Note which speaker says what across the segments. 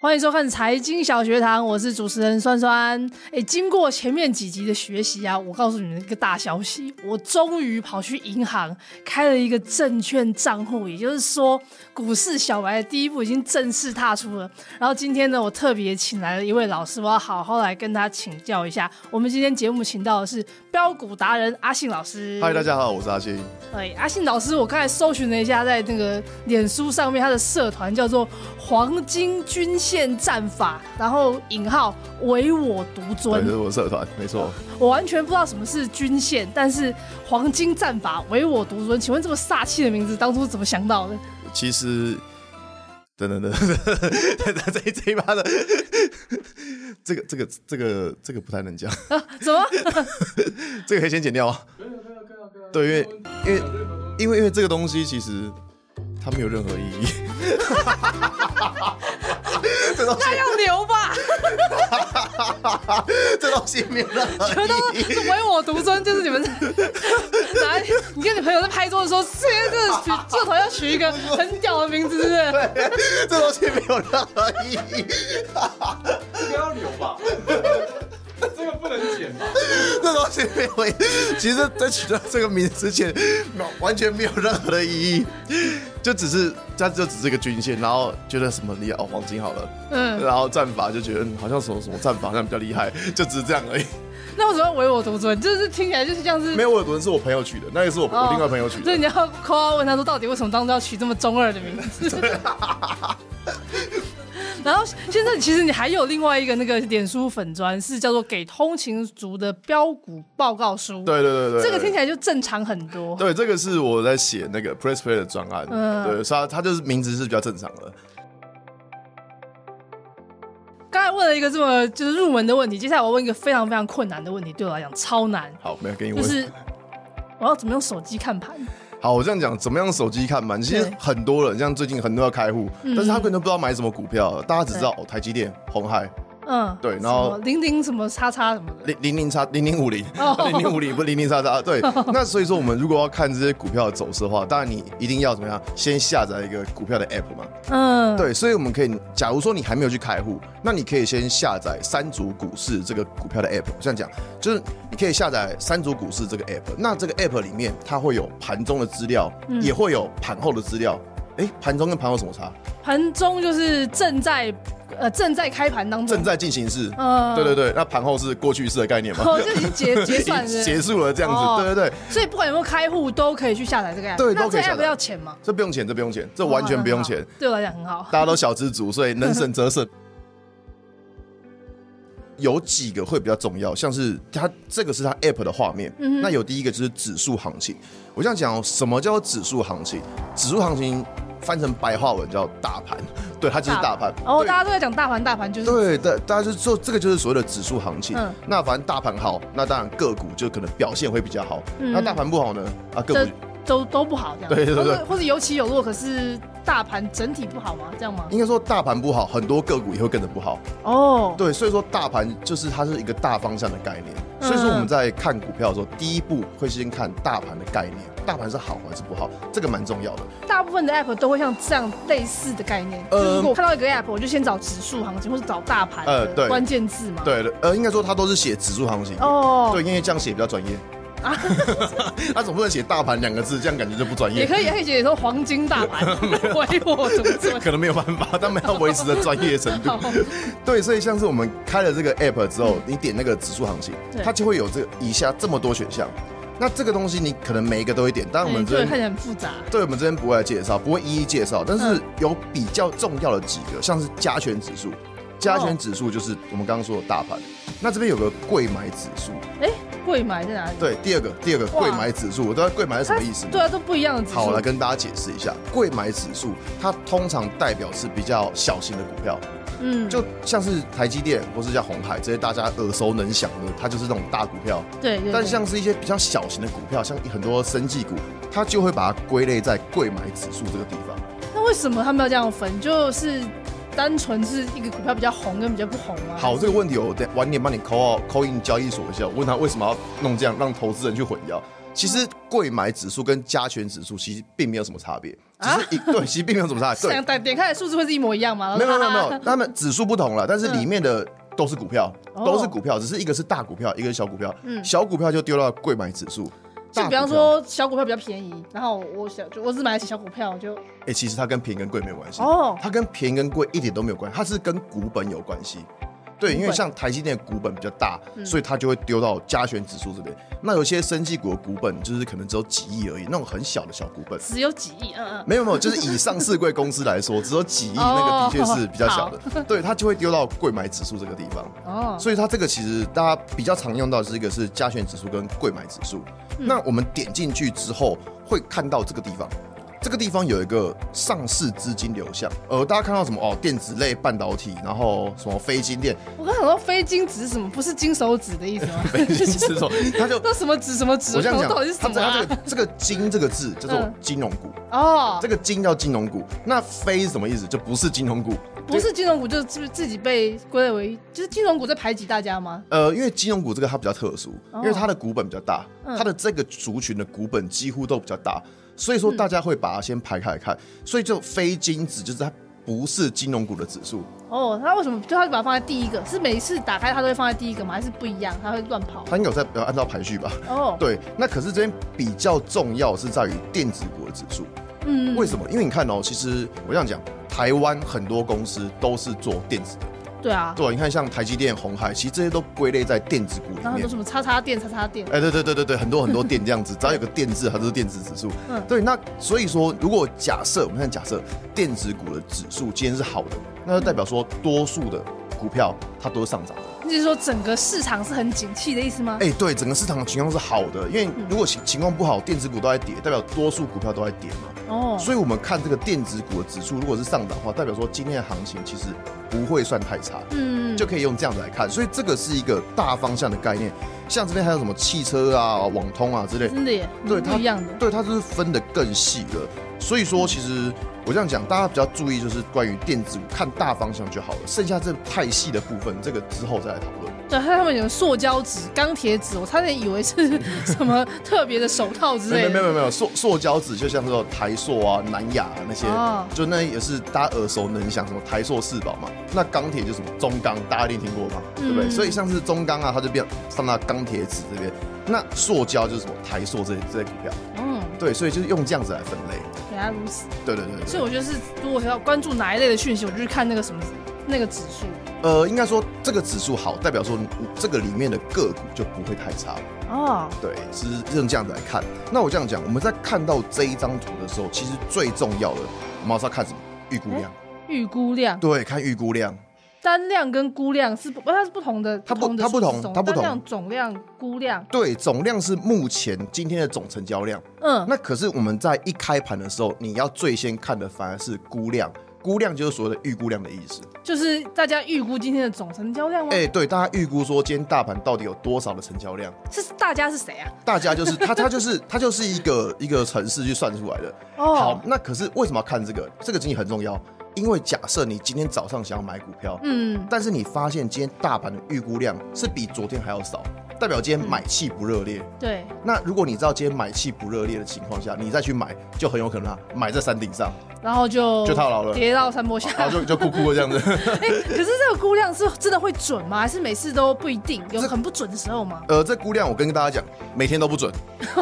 Speaker 1: 欢迎收看财经小学堂，我是主持人酸酸。哎，经过前面几集的学习啊，我告诉你们一个大消息，我终于跑去银行开了一个证券账户，也就是说，股市小白的第一步已经正式踏出了。然后今天呢，我特别请来了一位老师，我要好好来跟他请教一下。我们今天节目请到的是标股达人阿信老师。
Speaker 2: 嗨，大家好，我是阿信。
Speaker 1: 哎，阿信老师，我刚才搜寻了一下，在那个脸书上面，他的社团叫做“黄金均线战法”，然后引号“唯我独
Speaker 2: 对，这
Speaker 1: 尊
Speaker 2: 是我的社团，没错。”。
Speaker 1: 我完全不知道什么是均线，但是“黄金战法”“唯我独尊”，请问这么煞气的名字，当初怎么想到的？
Speaker 2: 其实，等等等等 等，这这一趴的，这个这个这个这个不太能讲，
Speaker 1: 什么？
Speaker 2: 这个可以先剪掉啊。对，因为因为因为因为这个东西其实它没有任何意义。 这东西
Speaker 1: 那要留吧？
Speaker 2: 这东西没有任何
Speaker 1: 难道
Speaker 2: 意义。
Speaker 1: 唯我独尊就是你们拿？你跟你朋友在拍桌的时候，这这取社团要取一个很屌的名字，是不是？
Speaker 2: 对，这东西没有任何意义，
Speaker 3: 不要留吧，这个不能剪吧？
Speaker 2: 这东西没有意义。其实，在取到这个名字之前，完全没有任何的意义，就只是它就只是一个均线，然后觉得什么厉害哦，黄金好了，
Speaker 1: 嗯
Speaker 2: 然后战法就觉得嗯，好像什么什么战法好像比较厉害，就只是这样而已。
Speaker 1: 那为什么要唯我独尊？就是听起来就是像是
Speaker 2: 没有，我有读的是我朋友取的，那个是我我另外朋友 取
Speaker 1: 所以
Speaker 2: 的
Speaker 1: 你。要 call out 问他说，到底为什么当初要取这么中二的名字？ 然后现在其实你还有另外一个那个脸书粉砖是叫做给通勤族的标股报告书，
Speaker 2: 对对对对，
Speaker 1: 这个听起来就正常很多。
Speaker 2: 对，这个是我在写那个 press play 的专案，
Speaker 1: 嗯
Speaker 2: 对，所以它它就是名字是比较正常的。
Speaker 1: 刚才问了一个这么就是入门的问题，接下来我问一个非常非常困难的问题，对我来讲超难，
Speaker 2: 好，没有给你
Speaker 1: 就
Speaker 2: 问。
Speaker 1: 是我要怎么用手机看盘？
Speaker 2: 好，我这样讲，怎么样手机看盘？其实
Speaker 1: 对嗯
Speaker 2: 很多人，像最近很多要开户，但是他可能都不知道买什么股票，大家只知道哦，台积电、红海、
Speaker 1: 嗯，
Speaker 2: 对然后
Speaker 1: 什么零零什么叉叉什么的，
Speaker 2: 零零零叉零零五零
Speaker 1: 哦
Speaker 2: 零零五零不零零叉叉。对，那所以说我们如果要看这些股票的走势的话，当然你一定要怎么样，先下载一个股票的 app 嘛。
Speaker 1: 嗯，
Speaker 2: 对，所以我们可以，假如说你还没有去开户，那你可以先下载三足股市这个股票的 app。我这样讲，就是你可以下载三足股市这个 app。那这个 app 里面，它会有盘中的资料，
Speaker 1: 嗯
Speaker 2: 也会有盘后的资料。诶，盘中跟盘后什么差？
Speaker 1: 盘中就是正在呃正在开盘当中，
Speaker 2: 正在进行式。
Speaker 1: 嗯
Speaker 2: 对对对，那盘后是过去式的概念嘛？
Speaker 1: 哦，就已经结结
Speaker 2: 已
Speaker 1: 算
Speaker 2: 经
Speaker 1: 了，
Speaker 2: 结束了这样子。
Speaker 1: 哦
Speaker 2: 对对对，
Speaker 1: 所以不管有没有开户，都可以去下载这个 app。
Speaker 2: 对
Speaker 1: 那
Speaker 2: 都可
Speaker 1: 这
Speaker 2: 以下
Speaker 1: app
Speaker 2: 载
Speaker 1: 要钱吗？
Speaker 2: 这不用钱，这不用钱，这完全不用钱
Speaker 1: 哦，，那很好对我来讲很好。
Speaker 2: 大家都小资族，所以能省则省。 有几个会比较重要，像是它这个是它 App 的画面，
Speaker 1: 嗯哼
Speaker 2: 那有第一个就是指数行情。我这样讲哦，什么叫做指数行情？指数行情翻成白话文叫大盘， 对，它就是大盘。
Speaker 1: 哦，
Speaker 2: 对
Speaker 1: 大家都在讲大盘，大盘就是
Speaker 2: 对，大大家就说这个就是所谓的指数行情。
Speaker 1: 嗯
Speaker 2: 那反正大盘好，那当然个股就可能表现会比较好。
Speaker 1: 嗯
Speaker 2: 那大盘不好呢？啊，个
Speaker 1: 这
Speaker 2: 股
Speaker 1: 都都不好这样。
Speaker 2: 对对
Speaker 1: 或
Speaker 2: 对
Speaker 1: 者或者有起有落，可是大盘整体不好吗？这样吗？
Speaker 2: 应该说大盘不好，很多个股也会跟着不好。
Speaker 1: 哦，
Speaker 2: 对，所以说大盘就是它是一个大方向的概念。
Speaker 1: 嗯
Speaker 2: 所以说我们在看股票的时候，第一步会先看大盘的概念，大盘是好还是不好，这个蛮重要的。
Speaker 1: 大部分的 app 都会像这样类似的概念。
Speaker 2: 呃
Speaker 1: 就是如果我看到一个 app，我就先找指数行情，或是找大盘
Speaker 2: 呃
Speaker 1: 的
Speaker 2: 对
Speaker 1: 关键字嘛。。
Speaker 2: 对的，呃，应该说它都是写指数行情。
Speaker 1: 哦，啊
Speaker 2: 对，因为这样写比较专业。 他总不能写大盘两个字，这样感觉就不专业。
Speaker 1: 也可以，也可以写说黄金大 盘， 唯我独尊。
Speaker 2: 可能没有办法，他们要维持的专业程度
Speaker 1: 好。 嗯
Speaker 2: 对，所以像是我们开了这个 app 之后，你点那个指数行情
Speaker 1: 对，
Speaker 2: 它就会有这以下这么多选项。那这个东西你可能每一个都会点，当然我们
Speaker 1: 对
Speaker 2: 这
Speaker 1: 嗯就
Speaker 2: 边
Speaker 1: 哎看起来很复杂。
Speaker 2: 对我们这边不会介绍，不会一一介绍，但
Speaker 1: 嗯
Speaker 2: 是有比较重要的几个，像是加权指数，加
Speaker 1: 哦
Speaker 2: 权指数就是我们刚刚说的大盘。那这边有个贵买指数，
Speaker 1: 哎，贵买在哪里？
Speaker 2: 对，第二个第二个
Speaker 1: 哇
Speaker 2: 贵买指数，我都知道贵买是什么意思
Speaker 1: 它。对啊，都不一样的指数。
Speaker 2: 好，我来跟大家解释一下，贵买指数它通常代表是比较小型的股票，
Speaker 1: 嗯，
Speaker 2: 就像是台积电或是像红海这些大家耳熟能详的，它就是那种大股票。
Speaker 1: 对对。
Speaker 2: 但
Speaker 1: 对
Speaker 2: 像是一些比较小型的股票，像很多生技股，它就会把它归类在贵买指数这个地方。
Speaker 1: 那为什么他们要这样分？就是单纯是一个股票比较红跟比较不红吗？
Speaker 2: 啊好，这个问哦题我等晚点帮你 call out- call in 交易所一下，我问他为什么要弄这样，让投资人去混淆。其实贵买指数跟加权指数其实并没有什么差别，只是
Speaker 1: 啊
Speaker 2: 一、对，其实并没有什么差别。对
Speaker 1: 想，啊点点开的数字会是一模一样吗？
Speaker 2: 没有没有没
Speaker 1: 哈
Speaker 2: 有，
Speaker 1: 哈
Speaker 2: 没有，他们指数不同了，但是里面的都是股票，
Speaker 1: 哦
Speaker 2: 都是股票，只是一个是大股票，一个是小股票。
Speaker 1: 嗯
Speaker 2: 小股票就丢到贵买指数。大
Speaker 1: 就
Speaker 2: 股
Speaker 1: 比
Speaker 2: 票
Speaker 1: 方，说小股票比较便宜，然后我想就我只买得起小股票，我就
Speaker 2: 哎、其实它跟便宜跟贵没有关系，
Speaker 1: 哦
Speaker 2: 它跟便宜跟贵一点都没有关系，它是跟股本有关系。对，
Speaker 1: 股
Speaker 2: 因为
Speaker 1: 本
Speaker 2: 像台积电的股本比较大，
Speaker 1: 嗯
Speaker 2: 所以它就会丢到加权指数这边。那有些生技股的股本就是可能只有几亿而已，那种很小的小股本。
Speaker 1: 只有几亿，嗯嗯，
Speaker 2: 没有没有，就是以上市贵公司来说，只有几亿，那个的确是比较小 的，对，它就会丢到贵买指数这个地方。
Speaker 1: 哦，
Speaker 2: 所以它这个其实大家比较常用到的是一个是加权指数跟贵买指数。
Speaker 1: 嗯
Speaker 2: 那我们点进去之后会看到这个地方，这个地方有一个上市资金流向。呃，大家看到什么哦，电子类、半导体，然后什么非金 电、
Speaker 1: 我刚想说非金纸是什么，不是金手指的意思 吗？
Speaker 2: 非金指 数，它就
Speaker 1: 那什么纸什么纸，
Speaker 2: 我这样
Speaker 1: 到底是
Speaker 2: 讲，
Speaker 1: 什
Speaker 2: 它
Speaker 1: 么
Speaker 2: 这它这
Speaker 1: 啊？
Speaker 2: 个这个金这个字叫做
Speaker 1: 嗯
Speaker 2: 金融股，
Speaker 1: 哦
Speaker 2: 这，个金叫金融股，那非是什么意思？就不是金融股。
Speaker 1: 不是金融股，就是自自己被归类为，就是金融股在排挤大家吗？
Speaker 2: 呃，因为金融股这个它比较特殊，
Speaker 1: 哦
Speaker 2: 因为它的股本比较大，
Speaker 1: 嗯
Speaker 2: 它的这个族群的股本几乎都比较大，所以说大家会把它先排开来看，所以就非金指就是它不是金融股的指数，
Speaker 1: 哦，他为什么就他就把它放在第一个？是每一次打开他都会放在第一个吗？还是不一样？他会乱跑？
Speaker 2: 它应该有在呃按照排序吧？
Speaker 1: 哦，
Speaker 2: 对，那可是这边比较重要是在于电子股的指数，
Speaker 1: 嗯，
Speaker 2: 为什么？因为你看哦，其实我这样讲，台湾很多公司都是做电子的，
Speaker 1: 对啊，
Speaker 2: 对吧，你看像台积电、红海，其实这些都归类在电子股里
Speaker 1: 然后很
Speaker 2: 面
Speaker 1: 多。什么叉叉店、叉叉店，
Speaker 2: 哎，对对对对对，很多很多店这样子，只要有个电字，它就是电子指数。
Speaker 1: 嗯
Speaker 2: 对，那所以说，如果假设我们看假设电子股的指数今天是好的，那就代表说多数的股票它都是上涨的。
Speaker 1: 你是说整个市场是很景气的意思吗？
Speaker 2: 哎、对，整个市场的情况是好的，因为
Speaker 1: 嗯
Speaker 2: 如果情情况不好，电子股都在跌，代表多数股票都在跌嘛。
Speaker 1: 哦，
Speaker 2: 哎所以我们看这个电子股的指数，如果是上涨的话，代表说今天的行情其实不会算太差。
Speaker 1: 嗯，
Speaker 2: 就可以用这样子来看，所以这个是一个大方向的概念。像这边还有什么汽车啊、网通啊之类，
Speaker 1: 真的耶，
Speaker 2: 对
Speaker 1: 不
Speaker 2: 它
Speaker 1: 一样的，
Speaker 2: 对，它就是分的更细了。所以
Speaker 1: 嗯
Speaker 2: 说，其实我这样讲，大家比较注意就是关于电子股看大方向就好了，剩下这太细的部分，这个之后再来讨论。
Speaker 1: 对，他们有塑胶纸、钢铁纸，我差点以为 是什么特别的手套之
Speaker 2: 没
Speaker 1: 类
Speaker 2: 有
Speaker 1: 的。
Speaker 2: 没有没有没有，塑塑胶纸就像说台塑啊、南亚啊那些，
Speaker 1: 哦
Speaker 2: 就那也是大家耳熟能详，什么台塑四宝嘛。那钢铁就什么中钢，大家一定听过嘛，对不对？
Speaker 1: 嗯
Speaker 2: 所以像是中钢啊，它就变放到钢铁纸这边。那塑胶就是什么台塑这些这些股票，
Speaker 1: 嗯，
Speaker 2: 对，所以就是用这样子来分类。
Speaker 1: 原来如此。
Speaker 2: 对对对对。
Speaker 1: 所以我就是，如果要关注哪一类的讯息，我就去看那个什么那个指数。
Speaker 2: 呃，应该说这个指数好，代表说你这个里面的个股就不会太差。
Speaker 1: 哦，
Speaker 2: 对，是用这样子来看。那我这样讲，我们在看到这一张图的时候，其实最重要的，我们还是要看什么？预估量。
Speaker 1: 预估量、
Speaker 2: 对，看预估量。
Speaker 1: 单量跟估量是不，它是不同的，
Speaker 2: 它不
Speaker 1: 同的
Speaker 2: 它不同
Speaker 1: 数字总
Speaker 2: 它不同
Speaker 1: 单量、总量、估量，
Speaker 2: 对，总量是目前今天的总成交量。
Speaker 1: 嗯，
Speaker 2: 那可是我们在一开盘的时候，你要最先看的反而是估量。估量就是所谓的预估量的意思。
Speaker 1: 就是大家预估今天的总成交量吗？
Speaker 2: 哎、对，大家预估说今天大盘到底有多少的成交量？
Speaker 1: 是大家是谁啊？
Speaker 2: 大家就是它，它就是它就是一个一个城市去算出来的。好
Speaker 1: 哦，，
Speaker 2: 那可是为什么要看这个？这个经济很重要，因为假设你今天早上想要买股票，
Speaker 1: 嗯，
Speaker 2: 但是你发现今天大盘的预估量是比昨天还要少，代表今
Speaker 1: 嗯
Speaker 2: 天买气不热烈。
Speaker 1: 对，
Speaker 2: 那如果你知道今天买气不热烈的情况下，你再去买，就很有可能啊，买在山 顶上，
Speaker 1: 然后就
Speaker 2: 就套牢了
Speaker 1: 跌到山坡 下。
Speaker 2: 然后就就咕咕的这样子。
Speaker 1: 哎、可是这个估量是真的会准吗？还是每次都不一定，有
Speaker 2: 这
Speaker 1: 很不准的时候吗？
Speaker 2: 呃，这估量我跟大家讲，每天都不准。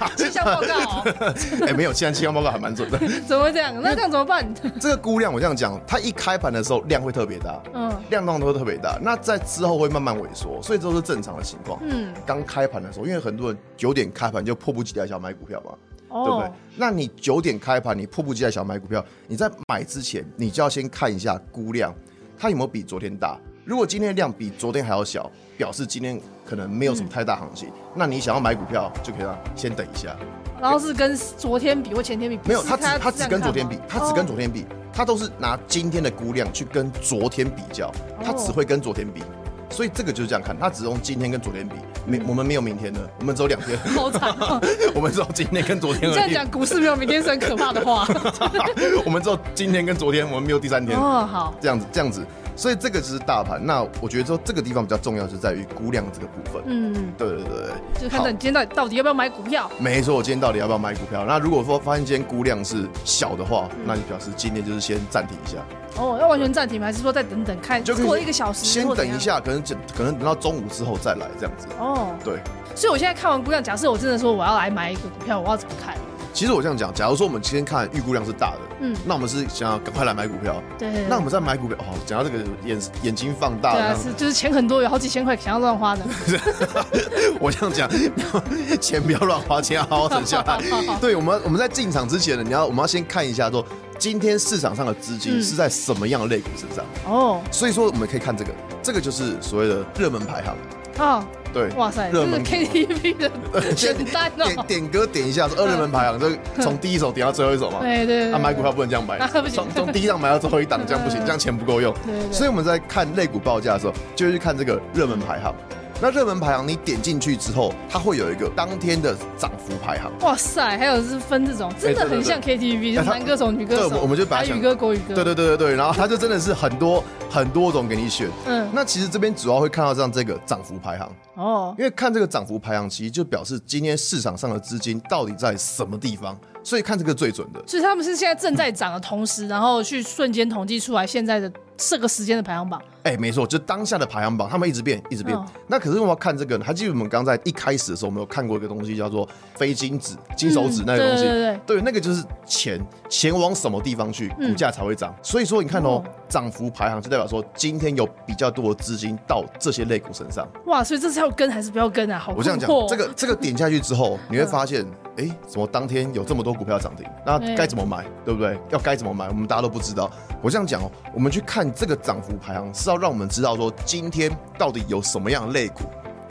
Speaker 2: 啊
Speaker 1: 气象报告、哦、
Speaker 2: 哎、没有，现在气象报告还蛮准的。
Speaker 1: 怎么会这样？那这样怎么办？
Speaker 2: 这个估量我这样讲，它一开盘的时候量会特别大，
Speaker 1: 嗯
Speaker 2: 量通常都会特别大，那在之后会慢慢萎缩，所以这都是正常的情况。
Speaker 1: 嗯，
Speaker 2: 刚开盘的时候，因为很多人九点开盘就迫不及待想买股票嘛，对不
Speaker 1: 哦
Speaker 2: 对，？那你九点开盘，你迫不及待想买股票，你在买之前，你就要先看一下估量，它有没有比昨天大。如果今天的量比昨天还要小，表示今天可能没有什么太大行情。那你想要买股票，就可以让先等一下。
Speaker 1: 然后是跟昨天比或前天比，
Speaker 2: 没有，
Speaker 1: 不
Speaker 2: 它
Speaker 1: 是
Speaker 2: 只它只跟昨天比，它只跟昨
Speaker 1: 天
Speaker 2: 天比，它都是拿今天的估量去跟昨天比较，它只会跟昨天比。所以这个就是这样看，它只用今天跟昨天比，没我们没有明天的，我们只有两天，
Speaker 1: 好惨、 哦！
Speaker 2: 我们只有今天跟昨
Speaker 1: 你
Speaker 2: 天
Speaker 1: 这样
Speaker 2: 而
Speaker 1: 讲，股市没有明天是很可怕的话。
Speaker 2: 已，我们只有今天跟昨天，我们没有第三天。
Speaker 1: 哦，好，
Speaker 2: 这样子，这样子。所以这个就是大盘。那我觉得说这个地方比较重要，就在于估量这个部分。
Speaker 1: 嗯，
Speaker 2: 对对对对，
Speaker 1: 就看到你今天到底到底要不要买股票。
Speaker 2: 没错，我今天到底要不要买股票？那如果说发现今天估量是小的话，
Speaker 1: 嗯
Speaker 2: 那就表示今天就是先暂停一下，
Speaker 1: 哦，要完全暂停吗？还是说再等等看？
Speaker 2: 就可以
Speaker 1: 过一个小时，
Speaker 2: 先
Speaker 1: 或怎
Speaker 2: 等一
Speaker 1: 样。
Speaker 2: 下，可能可能等到中午之后再来这样子。
Speaker 1: 哦，
Speaker 2: 对，
Speaker 1: 所以我现在看完估量，假设我真的说我要来买一个股票，我要怎么看？
Speaker 2: 其实我这样讲，假如说我们先看预估量是大的，
Speaker 1: 嗯，
Speaker 2: 那我们是想要赶快来买股票，
Speaker 1: 对对对
Speaker 2: 那我们在买股票哦，讲到这个眼眼睛放大，
Speaker 1: 对
Speaker 2: 这
Speaker 1: 啊，
Speaker 2: 样子
Speaker 1: 是就是钱很多，有好几千块，想要乱花呢。
Speaker 2: 我这样讲， 钱不要乱花，钱要好好省下 来。对，我们我们在进场之前呢，你要我们要先看一下说，今天市场上的资金
Speaker 1: 嗯
Speaker 2: 是在什么样的类股身上。
Speaker 1: 哦，
Speaker 2: 所以说，我们可以看这个，这个就是所谓的热门排行。
Speaker 1: 哦，
Speaker 2: 对，
Speaker 1: 哇塞，
Speaker 2: 热
Speaker 1: 这
Speaker 2: 门
Speaker 1: 个
Speaker 2: 股
Speaker 1: KTV 的选单
Speaker 2: 点
Speaker 1: 哦。
Speaker 2: 点歌点一下，说二热门排行，就从第一首点到最后一首嘛。
Speaker 1: 对对对，
Speaker 2: 啊，买股票不能这 样买
Speaker 1: 啊，不行
Speaker 2: 从从第一档买到最后一档，这样不行，
Speaker 1: 嗯
Speaker 2: 这样钱不够用。
Speaker 1: 对对对
Speaker 2: 所以我们在看类股报价的时候，就会去看这个热门排行。那热门排行你点进去之后，它会有一个当天的涨幅排行。
Speaker 1: 哇塞，还有是分这种，真的
Speaker 2: 对对
Speaker 1: 很
Speaker 2: 对
Speaker 1: 像 KTV，
Speaker 2: 哎
Speaker 1: 就是
Speaker 2: 他
Speaker 1: 男歌手、女歌
Speaker 2: 对
Speaker 1: 手，
Speaker 2: 我们就把它
Speaker 1: 台
Speaker 2: 想
Speaker 1: 语歌、国语歌，
Speaker 2: 对对对对对，然后它就真的是很多很多种给你选。
Speaker 1: 嗯，
Speaker 2: 那其实这边主要会看到像这个涨幅排行，
Speaker 1: 哦，
Speaker 2: 因为看这个涨幅排行，其实就表示今天市场上的资金到底在什么地方，所以看这个最准的。
Speaker 1: 所以他们是现在正在涨的同时，然后去瞬间统计出来现在的这个时间的排行榜。
Speaker 2: 哎、没错，就当下的排行榜，他们一直变，一直变。
Speaker 1: 嗯
Speaker 2: 那可是我们要看这个呢，还记得我们刚在一开始的时候，我们有看过一个东西叫做非金指、金手指那个东西。
Speaker 1: 嗯对对对
Speaker 2: 那个就是钱，钱往什么地方去，股价才会涨。所以说，你看哦
Speaker 1: 嗯哦，
Speaker 2: 涨、幅排行就代表说，今天有比较多的资金到这些类股身上。
Speaker 1: 哇，所以这是要跟还是不要跟啊？好
Speaker 2: 我这样讲
Speaker 1: 困惑哦，嗯
Speaker 2: 这个这个点下去 之后，你会发现，哎、怎么当天有这么多股票涨停？那
Speaker 1: 对
Speaker 2: 该怎么买，对不对？要该怎么买，我们大家都不知道。我这样讲哦，我们去看这个涨幅排行，是要让我们知道说，今天到底有什么样的类股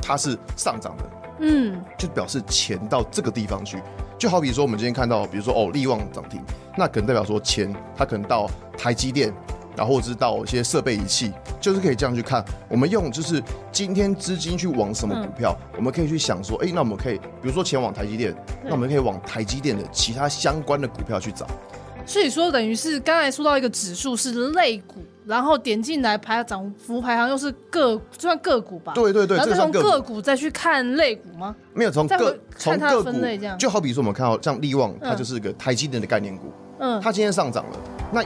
Speaker 2: 它是上涨的，
Speaker 1: 嗯，
Speaker 2: 就表示钱到这个地方去。就好比说，我们今天看到，比如说哦，利旺涨停，那可能代表说钱它可能到台积电，然后或者是到一些设备仪器，就是可以这样去看。我们用就是今天资金去往什么
Speaker 1: 嗯
Speaker 2: 股票，我们可以去想说，哎、那我们可以，比如说前往台积电，那我们可以往台积电的其他相关的股票去找。
Speaker 1: 所以说等于是刚才说到一个指数是类股，然后点进来排涨幅排行又是个算个股吧？
Speaker 2: 对对对，
Speaker 1: 然
Speaker 2: 这
Speaker 1: 后再
Speaker 2: 个
Speaker 1: 从
Speaker 2: 算个
Speaker 1: 个
Speaker 2: 股，
Speaker 1: 股再去看类股吗？
Speaker 2: 没有从
Speaker 1: 再
Speaker 2: 个
Speaker 1: 回
Speaker 2: 从
Speaker 1: 看它的
Speaker 2: 个股
Speaker 1: 分类这样，
Speaker 2: 就好比说我们看到像利旺，它
Speaker 1: 嗯
Speaker 2: 就是一个台积电的概念股。
Speaker 1: 嗯，
Speaker 2: 它今天上涨了，那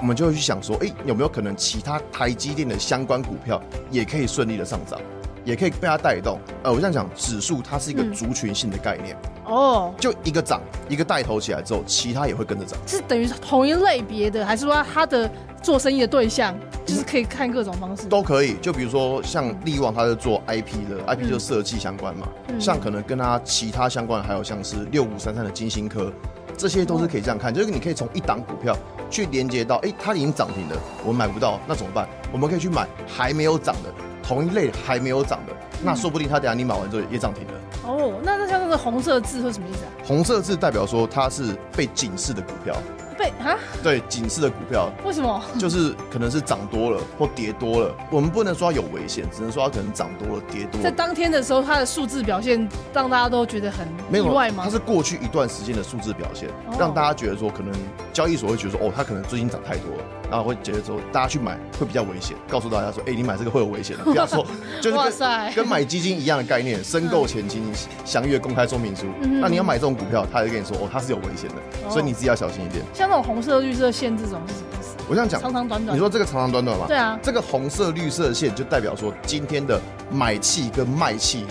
Speaker 2: 我们就会去想说，哎、有没有可能其他台积电的相关股票也可以顺利的上涨，也可以被它带动？呃，我这样讲，指数它是一个
Speaker 1: 嗯
Speaker 2: 族群性的概念，
Speaker 1: 哦，
Speaker 2: 就一个涨，一个带头起来之后，其他也会跟着涨。
Speaker 1: 是等于同一类别的，还是说它的做生意的对象就是可以看各种方式？
Speaker 2: 都可以，就比如说像力旺，它是做 IP 的，IP 就是设计相关嘛，
Speaker 1: 嗯
Speaker 2: 像可能跟它其他相关的，还有像是六五三三的金星科，这些都是可以这样看，就是你可以从一档股票去连接到，哎、它已经涨停了，我买不到，那怎么办？我们可以去买还没有涨的，同一类还没有涨的，那说不定它等下你买完之后也涨停了。
Speaker 1: 哦，那那像那个红色字是什么意思啊？
Speaker 2: 红色字代表说它是被警示的股票，
Speaker 1: 被啊？
Speaker 2: 对，警示的股票，
Speaker 1: 为什么？
Speaker 2: 就是可能是涨多了或跌多了，我们不能说它有危险，只能说它可能涨多了、跌多
Speaker 1: 在
Speaker 2: 了。
Speaker 1: 当天的时候，它的数字表现让大家都觉得很
Speaker 2: 没
Speaker 1: 意
Speaker 2: 有
Speaker 1: 外吗
Speaker 2: 它？是过去一段时间的数字表现，
Speaker 1: 哦
Speaker 2: 让大家觉得说，可能交易所会觉得说，哦，它可能最近涨太多了，然后会觉得说，大家去买会比较危险，告诉大家说，哎，你买这个会有危 险的，不要说，就是
Speaker 1: 哇
Speaker 2: 跟
Speaker 1: 塞
Speaker 2: 跟买基金一样的概念，申购前请你详阅公开说明书。
Speaker 1: 嗯
Speaker 2: 那你要买这种股票，他就跟你说，哦，它是有危险的，
Speaker 1: 哦
Speaker 2: 所以你自己要小心一点。
Speaker 1: 像那种红色、绿色线这种是什么意思？
Speaker 2: 我这样讲，
Speaker 1: 长长短短。
Speaker 2: 你说这个长长短短嘛，
Speaker 1: 对啊，
Speaker 2: 这个红色、绿色的线就代表说今天的买气跟卖气，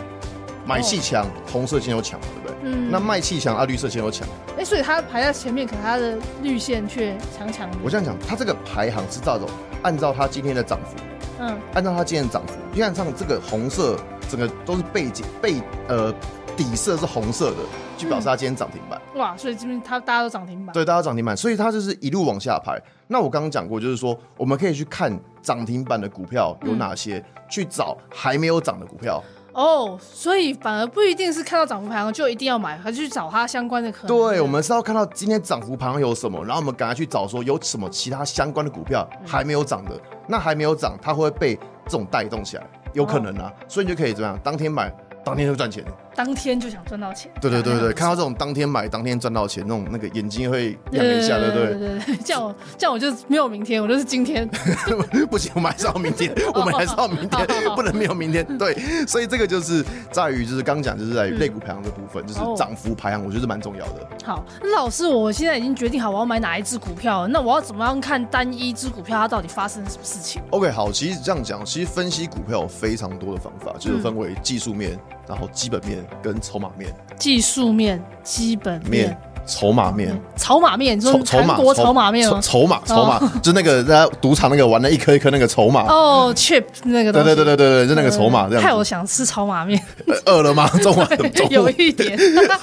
Speaker 2: 买气强，红色先有强嘛，对不对？
Speaker 1: 嗯
Speaker 2: 那卖气强啊，绿色先有强。
Speaker 1: 哎、所以它排在前面，可它的绿线却强强的。
Speaker 2: 我这样讲，它这个排行是照着按照它今天的涨幅，
Speaker 1: 嗯，
Speaker 2: 按照它今天的涨幅，你看上这个红色，整个都是背景背呃底色是红色的，就表示它今天涨停板。
Speaker 1: 哇，所以这边它大家都涨停板。
Speaker 2: 对，大家涨停板，所以它就是一路往下排。那我刚刚讲过，就是说我们可以去看涨停板的股票有哪些，去找还没有涨的股票。
Speaker 1: 哦，所以反而不一定是看到涨幅排行就一定要买，还是去找它相关的可能。
Speaker 2: 对，我们是要看到今天涨幅排行有什么，然后我们赶快去找说有什么其他相关的股票还没有涨的，那还没有涨，
Speaker 1: 哦
Speaker 2: 它会被这种带动起来，有可能啊，所以你就可以怎么样，当天买，当天就赚钱，
Speaker 1: 当天就想赚到钱。
Speaker 2: 对对对对，
Speaker 1: 看。
Speaker 2: 看到这种当天买当天赚到钱那种，那个眼睛会亮一下，对不
Speaker 1: 对对对，这样我这样我就没有明天，我就是今天。呃
Speaker 2: 对？ 不行，我们还是要明 天，我们还是要明天，不能没有明天。对，所以这个就是在于，就是刚讲，就是在于类股排行的部分，就是
Speaker 1: 哦
Speaker 2: 涨幅排行，我觉得是蛮重要的。
Speaker 1: 好，那老师，我现在已经决定好我要买哪一只股票了，那我要怎么样看单一只股票它到底发生了什么事情？
Speaker 2: OK，好，其实这样讲，其实分析股票有非常多的方法，
Speaker 1: 嗯
Speaker 2: 就是分为技术面，然后基本面跟筹码面
Speaker 1: 技术面、基本
Speaker 2: 面
Speaker 1: 面、
Speaker 2: 筹码面。
Speaker 1: 筹码面，你说
Speaker 2: 筹筹
Speaker 1: 韩
Speaker 2: 码
Speaker 1: 国筹码面
Speaker 2: 筹
Speaker 1: 吗？
Speaker 2: 筹码筹码，就那个在赌场那个玩的一颗一颗那个筹码，
Speaker 1: 哦，chip 那个东
Speaker 2: 对
Speaker 1: 西，
Speaker 2: 对
Speaker 1: 对，
Speaker 2: 对对对对，就那个筹码这样子。
Speaker 1: 害我想吃炒马 面，
Speaker 2: 呃饿 了吗？中午中
Speaker 1: 有
Speaker 2: 午。
Speaker 1: 一 点。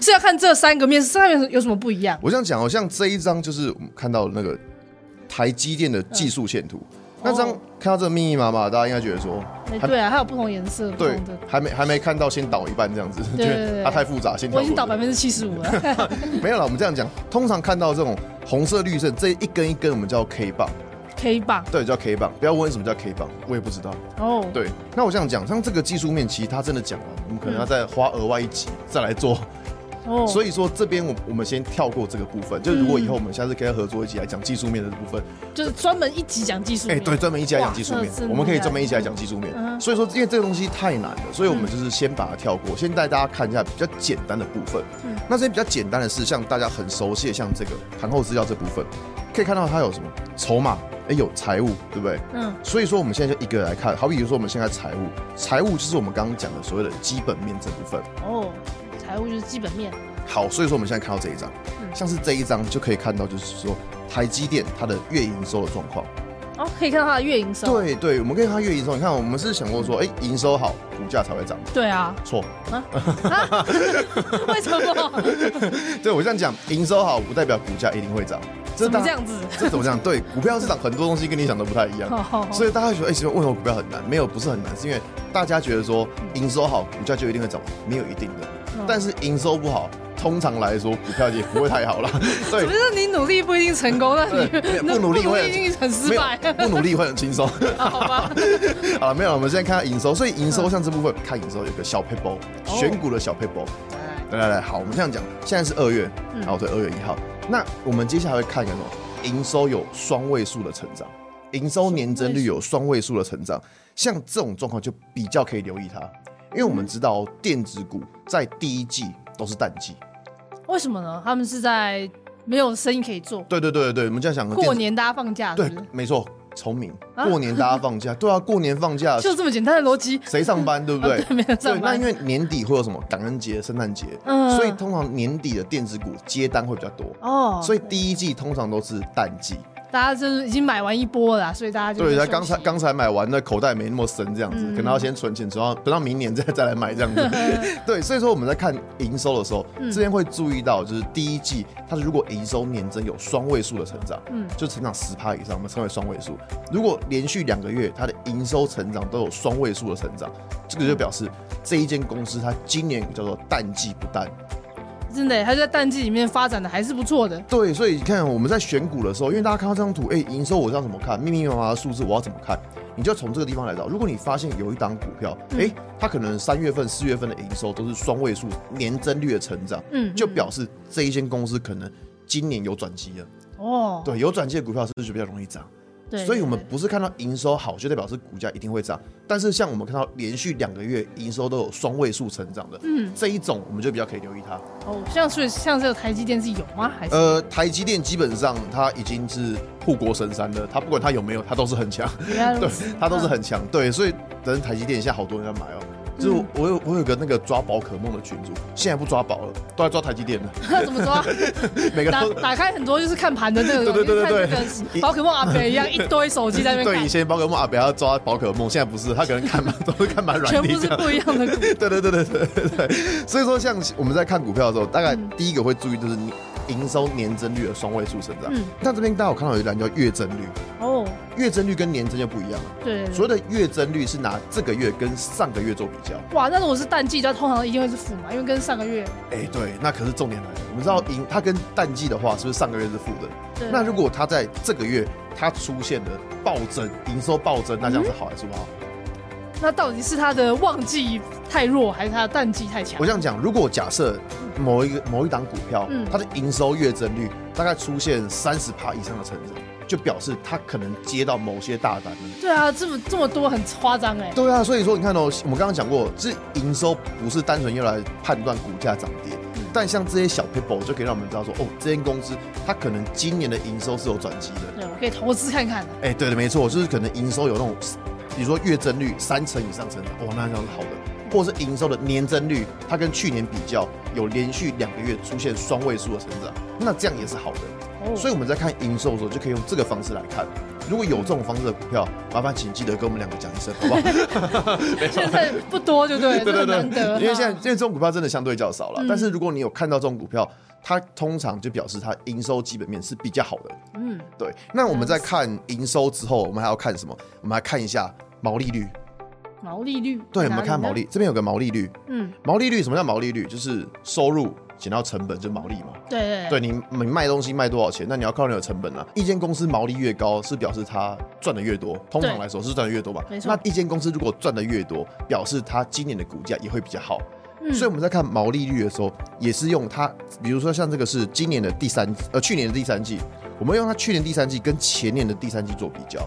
Speaker 1: 是要看这三个面，三个面有什么不一样？
Speaker 2: 我这样讲哦，像这一张就是我们看到的那个台积电的技术线图。那张
Speaker 1: 哦
Speaker 2: 看到这个密密麻麻，大家应该觉得说，
Speaker 1: 哎，
Speaker 2: 还
Speaker 1: 对啊，还有不同颜色，不
Speaker 2: 对
Speaker 1: 同的。，
Speaker 2: 还没还没看到，先倒一半这样子，
Speaker 1: 对
Speaker 2: 觉
Speaker 1: 对对
Speaker 2: 得它太复杂，先
Speaker 1: 我
Speaker 2: 跳
Speaker 1: 已经倒
Speaker 2: 过
Speaker 1: 百。分之七十五了。
Speaker 2: 没有了，我们这样讲，通常看到这种红色、绿色这一根一根，我们叫 K 棒，
Speaker 1: K 棒
Speaker 2: 对，叫 K 棒。不要问什么叫 K 棒，我也不知道。
Speaker 1: 哦，
Speaker 2: 对，那我这样讲，像这个技术面，其实它真的讲了，我们可能要再花额外一集再来做
Speaker 1: 哦，
Speaker 2: 所以说这边我我们先跳过这个部分，就是如果以后我们下次可以合作一起来讲技术面的部分，
Speaker 1: 就是专门一集讲技术
Speaker 2: 哎、
Speaker 1: 面。
Speaker 2: 对，专门一起来讲技术
Speaker 1: 哇
Speaker 2: 面
Speaker 1: 这真，的
Speaker 2: 我们可以专门一起来讲技术面
Speaker 1: 嗯。哼
Speaker 2: 所以说，因为这个东西太难了，所以我们就是先把它跳过，先带大家看一下比较简单的部分。
Speaker 1: 嗯
Speaker 2: 那这些比较简单的是，像大家很熟悉的，像这个盘后资料这部分，可以看到它有什么筹码，哎、有财务，对不对？
Speaker 1: 嗯，
Speaker 2: 所以说，我们现在就一个来看，好比如说我们现在财务，财务就是我们刚刚讲的所谓的基本面这部分。
Speaker 1: 哦，财务就是基本面，
Speaker 2: 好，所以说我们现在看到这一张，
Speaker 1: 嗯
Speaker 2: 像是这一张就可以看到，就是说台积电它的月营收的状况。
Speaker 1: 哦，可以看到它的月营收。
Speaker 2: 对对，我们可以看它月营收，你看我们是想过说，哎、营收好，股价才会涨。
Speaker 1: 对啊，
Speaker 2: 错，
Speaker 1: 啊为什么？
Speaker 2: 对我这样讲，营收好不代表股价一定会涨，
Speaker 1: 怎么
Speaker 2: 大
Speaker 1: 这
Speaker 2: 家？
Speaker 1: 样子？
Speaker 2: 这怎么这样？对，股票市场很多东西跟你想的不太一样。
Speaker 1: 好好好
Speaker 2: 所以大家觉得，哎、其实为什么股票很难？没有，不是很难，是因为大家觉得说营收好，股价就一定会涨，没有一定的。
Speaker 1: 嗯
Speaker 2: 但是营收不好，通常来说股票也不会太好 啦。对
Speaker 1: 不，是你努力不一定成功，那
Speaker 2: 对
Speaker 1: 你
Speaker 2: 不努力
Speaker 1: 不
Speaker 2: 会
Speaker 1: 一定很失
Speaker 2: 没有
Speaker 1: 败，
Speaker 2: 不努力会很轻松。
Speaker 1: 好吧？
Speaker 2: 好了，没有了，我们现在看看营收，所以营
Speaker 1: 嗯
Speaker 2: 收像这部分，看营收有个小 paper，选
Speaker 1: 哦
Speaker 2: 股的小 paper。来来来，好，我们这样讲，现在是二月
Speaker 1: 嗯，
Speaker 2: 好，对，二月一号。那我们接下来会看一个什么？营收有双位数的成长，营收年增率有双位数的成长，像这种状况就比较可以留意它，因为我们知道电子股在第一季都是淡季。
Speaker 1: 为什么呢？他们是在没有生意可以做，
Speaker 2: 对对对对，我们这样想，
Speaker 1: 过
Speaker 2: 电子
Speaker 1: 年大家放假，是
Speaker 2: 对
Speaker 1: 不是，
Speaker 2: 没错，聪明。
Speaker 1: 啊
Speaker 2: 过年大家放假， 对啊，过年放假，
Speaker 1: 就这么简单的逻辑。
Speaker 2: 谁上班，对不对？
Speaker 1: 没有
Speaker 2: 对，
Speaker 1: 上
Speaker 2: 那
Speaker 1: 班
Speaker 2: 因，为年底会有什么感恩节、圣诞节，
Speaker 1: 嗯
Speaker 2: 所以通常年底的电子股接单会比较多，
Speaker 1: 哦，
Speaker 2: 所以第一季通常都是淡季。
Speaker 1: 大家就是已经买完一波了啦，所以大家就
Speaker 2: 对，
Speaker 1: 在休
Speaker 2: 他
Speaker 1: 息
Speaker 2: 刚才刚才买完，那口袋没那么深，这样子，
Speaker 1: 嗯
Speaker 2: 可能要先存钱，等到等到明年再再来买这 样子。对，所以说我们在看营收的时候，
Speaker 1: 嗯
Speaker 2: 这边会注意到，就是第一季它如果营收年增有双位数的成长，
Speaker 1: 嗯
Speaker 2: 就成长十趴以上，我们称为双位数。如果连续两个月它的营收成长都有双位数的成长，这个就表示这一间公司它今年叫做淡季不淡。
Speaker 1: 真的，他在淡季里面发展的还是不错的。
Speaker 2: 对，所以你看我们在选股的时候，因为大家看到这张图，哎、营收我要怎么看，密密麻麻的数字我要怎么看，你就从这个地方来找。如果你发现有一档股票，
Speaker 1: 嗯
Speaker 2: 哎、它可能三月份、四月份的营收都是双位数年增率的成长，
Speaker 1: 嗯，
Speaker 2: 就表示这一间公司可能今年有转机了。
Speaker 1: 哦，
Speaker 2: 对，有转机的股票是不是比较容易涨？
Speaker 1: 对，
Speaker 2: 所以我们
Speaker 1: 对
Speaker 2: 不是看到营收好就代表是股价一定会涨，但是像我们看到连续两个月营收都有双位数成长的，
Speaker 1: 嗯
Speaker 2: 这一种我们就比较可以留意它。
Speaker 1: 哦，像所以像这个台积电是有吗？还是
Speaker 2: 呃，台积电基本上它已经是护国神山了，它不管它有没有，它都是很强，
Speaker 1: 原来如
Speaker 2: 对
Speaker 1: 此，
Speaker 2: 它都是很强，对，所以等台积电现在好多人在买哦。
Speaker 1: 嗯
Speaker 2: 就是我我有我有个那个抓宝可梦的群主，现在不抓宝了，都在抓台积电了，
Speaker 1: 那 怎么说啊？
Speaker 2: 每个
Speaker 1: 打
Speaker 2: 都
Speaker 1: 打开很多就是看盘的那个，
Speaker 2: 对对对对对
Speaker 1: 就看那个宝可梦阿北一样，一堆手机在那边
Speaker 2: 对以
Speaker 1: 看，
Speaker 2: 前宝可梦啊，不要抓宝可梦，现在不是，他可能 看满都是看满
Speaker 1: 全
Speaker 2: 软体
Speaker 1: 部
Speaker 2: 这
Speaker 1: 是
Speaker 2: 样。
Speaker 1: 不一样的 股。
Speaker 2: 对对对对对对对，所以说像我们在看股票的时候，大概
Speaker 1: 嗯
Speaker 2: 第一个会注意就是你营收年增率的双位数成长。
Speaker 1: 嗯
Speaker 2: 那这边大家有看到有一栏叫月增率，
Speaker 1: 哦，
Speaker 2: 月增率跟年增就不一样了。
Speaker 1: 对，对
Speaker 2: 所
Speaker 1: 对
Speaker 2: 谓的月增率是拿这个月跟上个月做比较。
Speaker 1: 哇，那如果是淡季，它通常一定会是负嘛，因为跟上个月。
Speaker 2: 哎、对，那可是重点来了。我们知道盈，它跟淡季的话，是不是上个月是负的？
Speaker 1: 对
Speaker 2: 那如果它在这个月它出现了暴增，营收暴增，那这样是好还是不好？
Speaker 1: 那到底是他的旺季太弱，还是他的淡季太强
Speaker 2: 我？这样讲，如果假设某一个某一档股票，
Speaker 1: 嗯
Speaker 2: 它的营收月增率大概出现三十趴以上的成长，就表示它可能接到某些大单了。
Speaker 1: 对啊，这么这么多很夸张哎。
Speaker 2: 对啊，所以说你看哦，我们刚刚讲过，这营收不是单纯用来判断股价涨跌，但像这些小 people 就可以让我们知道说，哦，这间公司它可能今年的营收是有转机的。
Speaker 1: 对，我可以投资看看。啊
Speaker 2: 哎、对的，没错，就是可能营收有那种，比如说月增率三成以上成长，哦哇，那这样是好的。或者是营收的年增率，它跟去年比较有连续两个月出现双位数的成长，那这样也是好的。
Speaker 1: 哦
Speaker 2: 所以我们在看营收的时候，就可以用这个方式来看。如果有这种方式的股票，麻烦请记得跟我们两个讲一声，好不好？
Speaker 1: 现在不多，就对， 这
Speaker 2: 对对
Speaker 1: 很
Speaker 2: 对
Speaker 1: 难得。，啊嗯
Speaker 2: 因为现在因为这种股票真的相对较少了，但是如果你有看到这种股票，它通常就表示它营收基本面是比较好的。
Speaker 1: 嗯，
Speaker 2: 对，那我们在看营收之后，我们还要看什么？我们还看一下毛利率。
Speaker 1: 毛利率，
Speaker 2: 对，我
Speaker 1: 哪
Speaker 2: 们
Speaker 1: 里
Speaker 2: 看毛
Speaker 1: 呢，
Speaker 2: 利，这边有个毛利率。
Speaker 1: 嗯，
Speaker 2: 毛利率什么叫毛利率？就是收入减掉成本，就是毛利嘛。
Speaker 1: 对对
Speaker 2: 对你，你卖东西卖多少钱？那你要靠你有成本啊。一间公司毛利越高，是表示它赚的越多，通常
Speaker 1: 对
Speaker 2: 来说是赚的越多吧。
Speaker 1: 没错
Speaker 2: 那一间公司如果赚的越多，表示它今年的股价也会比较好。
Speaker 1: 嗯
Speaker 2: 所以我们在看毛利率的时候，也是用它，比如说像这个是今年的第三，呃，去年的第三季，我们用它去年第三季跟前年的第三季做比较。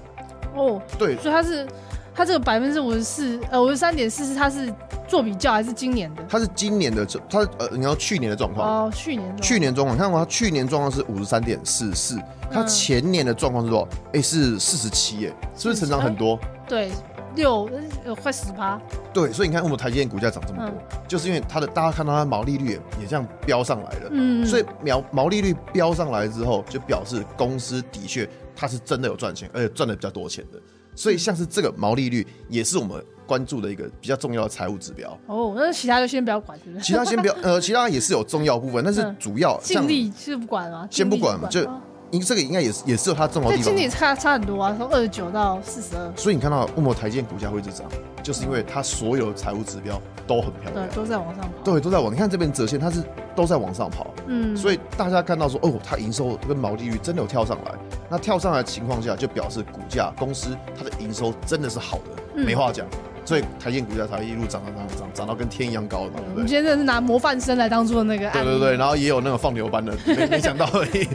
Speaker 1: 哦，
Speaker 2: 对，
Speaker 1: 所以它是它这个百分之五十四，呃，五十三点四是它是做比较还是今年的？
Speaker 2: 它是今年的，它呃，你要去年的状况。
Speaker 1: 哦，去年的，
Speaker 2: 去年状况，看它去年状况是五十三点四四，它
Speaker 1: 嗯
Speaker 2: 前年的状况是多少？哎、是四十七，耶，是不是成长很多？
Speaker 1: 对六呃快十趴，
Speaker 2: 对，所以你看，我们台积电股价涨这么多，
Speaker 1: 嗯
Speaker 2: 就是因为它的大家看到它毛利率也也这样飙上来了。
Speaker 1: 嗯，
Speaker 2: 所以毛毛利率飙上来之后，就表示公司的确它是真的有赚钱，而且赚的比较多钱的。所以像是这个毛利率，也是我们关注的一个比较重要的财务指 标。
Speaker 1: 哦，那其他就先不要管，是不是？
Speaker 2: 其他先不要，呃，其他也是有重要部分，但是
Speaker 1: 嗯
Speaker 2: 主要
Speaker 1: 尽
Speaker 2: 像
Speaker 1: 力是不管了，
Speaker 2: 先不管嘛，
Speaker 1: 尽
Speaker 2: 就
Speaker 1: 力哦
Speaker 2: 因这个应该也是也是有它重要的
Speaker 1: 但哦
Speaker 2: 地
Speaker 1: 今
Speaker 2: 方。
Speaker 1: 年差差很多啊，从二十九到四十二，
Speaker 2: 所以你看到为什么台积电股价会一直涨，就是因为它所有的财务指标都很漂
Speaker 1: 对
Speaker 2: 亮，，
Speaker 1: 都在往上跑。
Speaker 2: 对，都在往。你看这边折线，它是都在往上跑，
Speaker 1: 嗯，
Speaker 2: 所以大家看到说，哦，它营收跟毛利率真的有跳上来。那跳上来的情况下，就表示股价公司它的营收真的是好的，
Speaker 1: 嗯
Speaker 2: 没话讲。所以台积电股价才会一路涨涨涨涨涨到跟天一样高了嘛，
Speaker 1: 我
Speaker 2: 对
Speaker 1: 们
Speaker 2: 不对？
Speaker 1: 今天真的是拿模范生来当做那个案
Speaker 2: 对
Speaker 1: 例，
Speaker 2: 对对，然后也有那个放牛班的，没没想到而 已。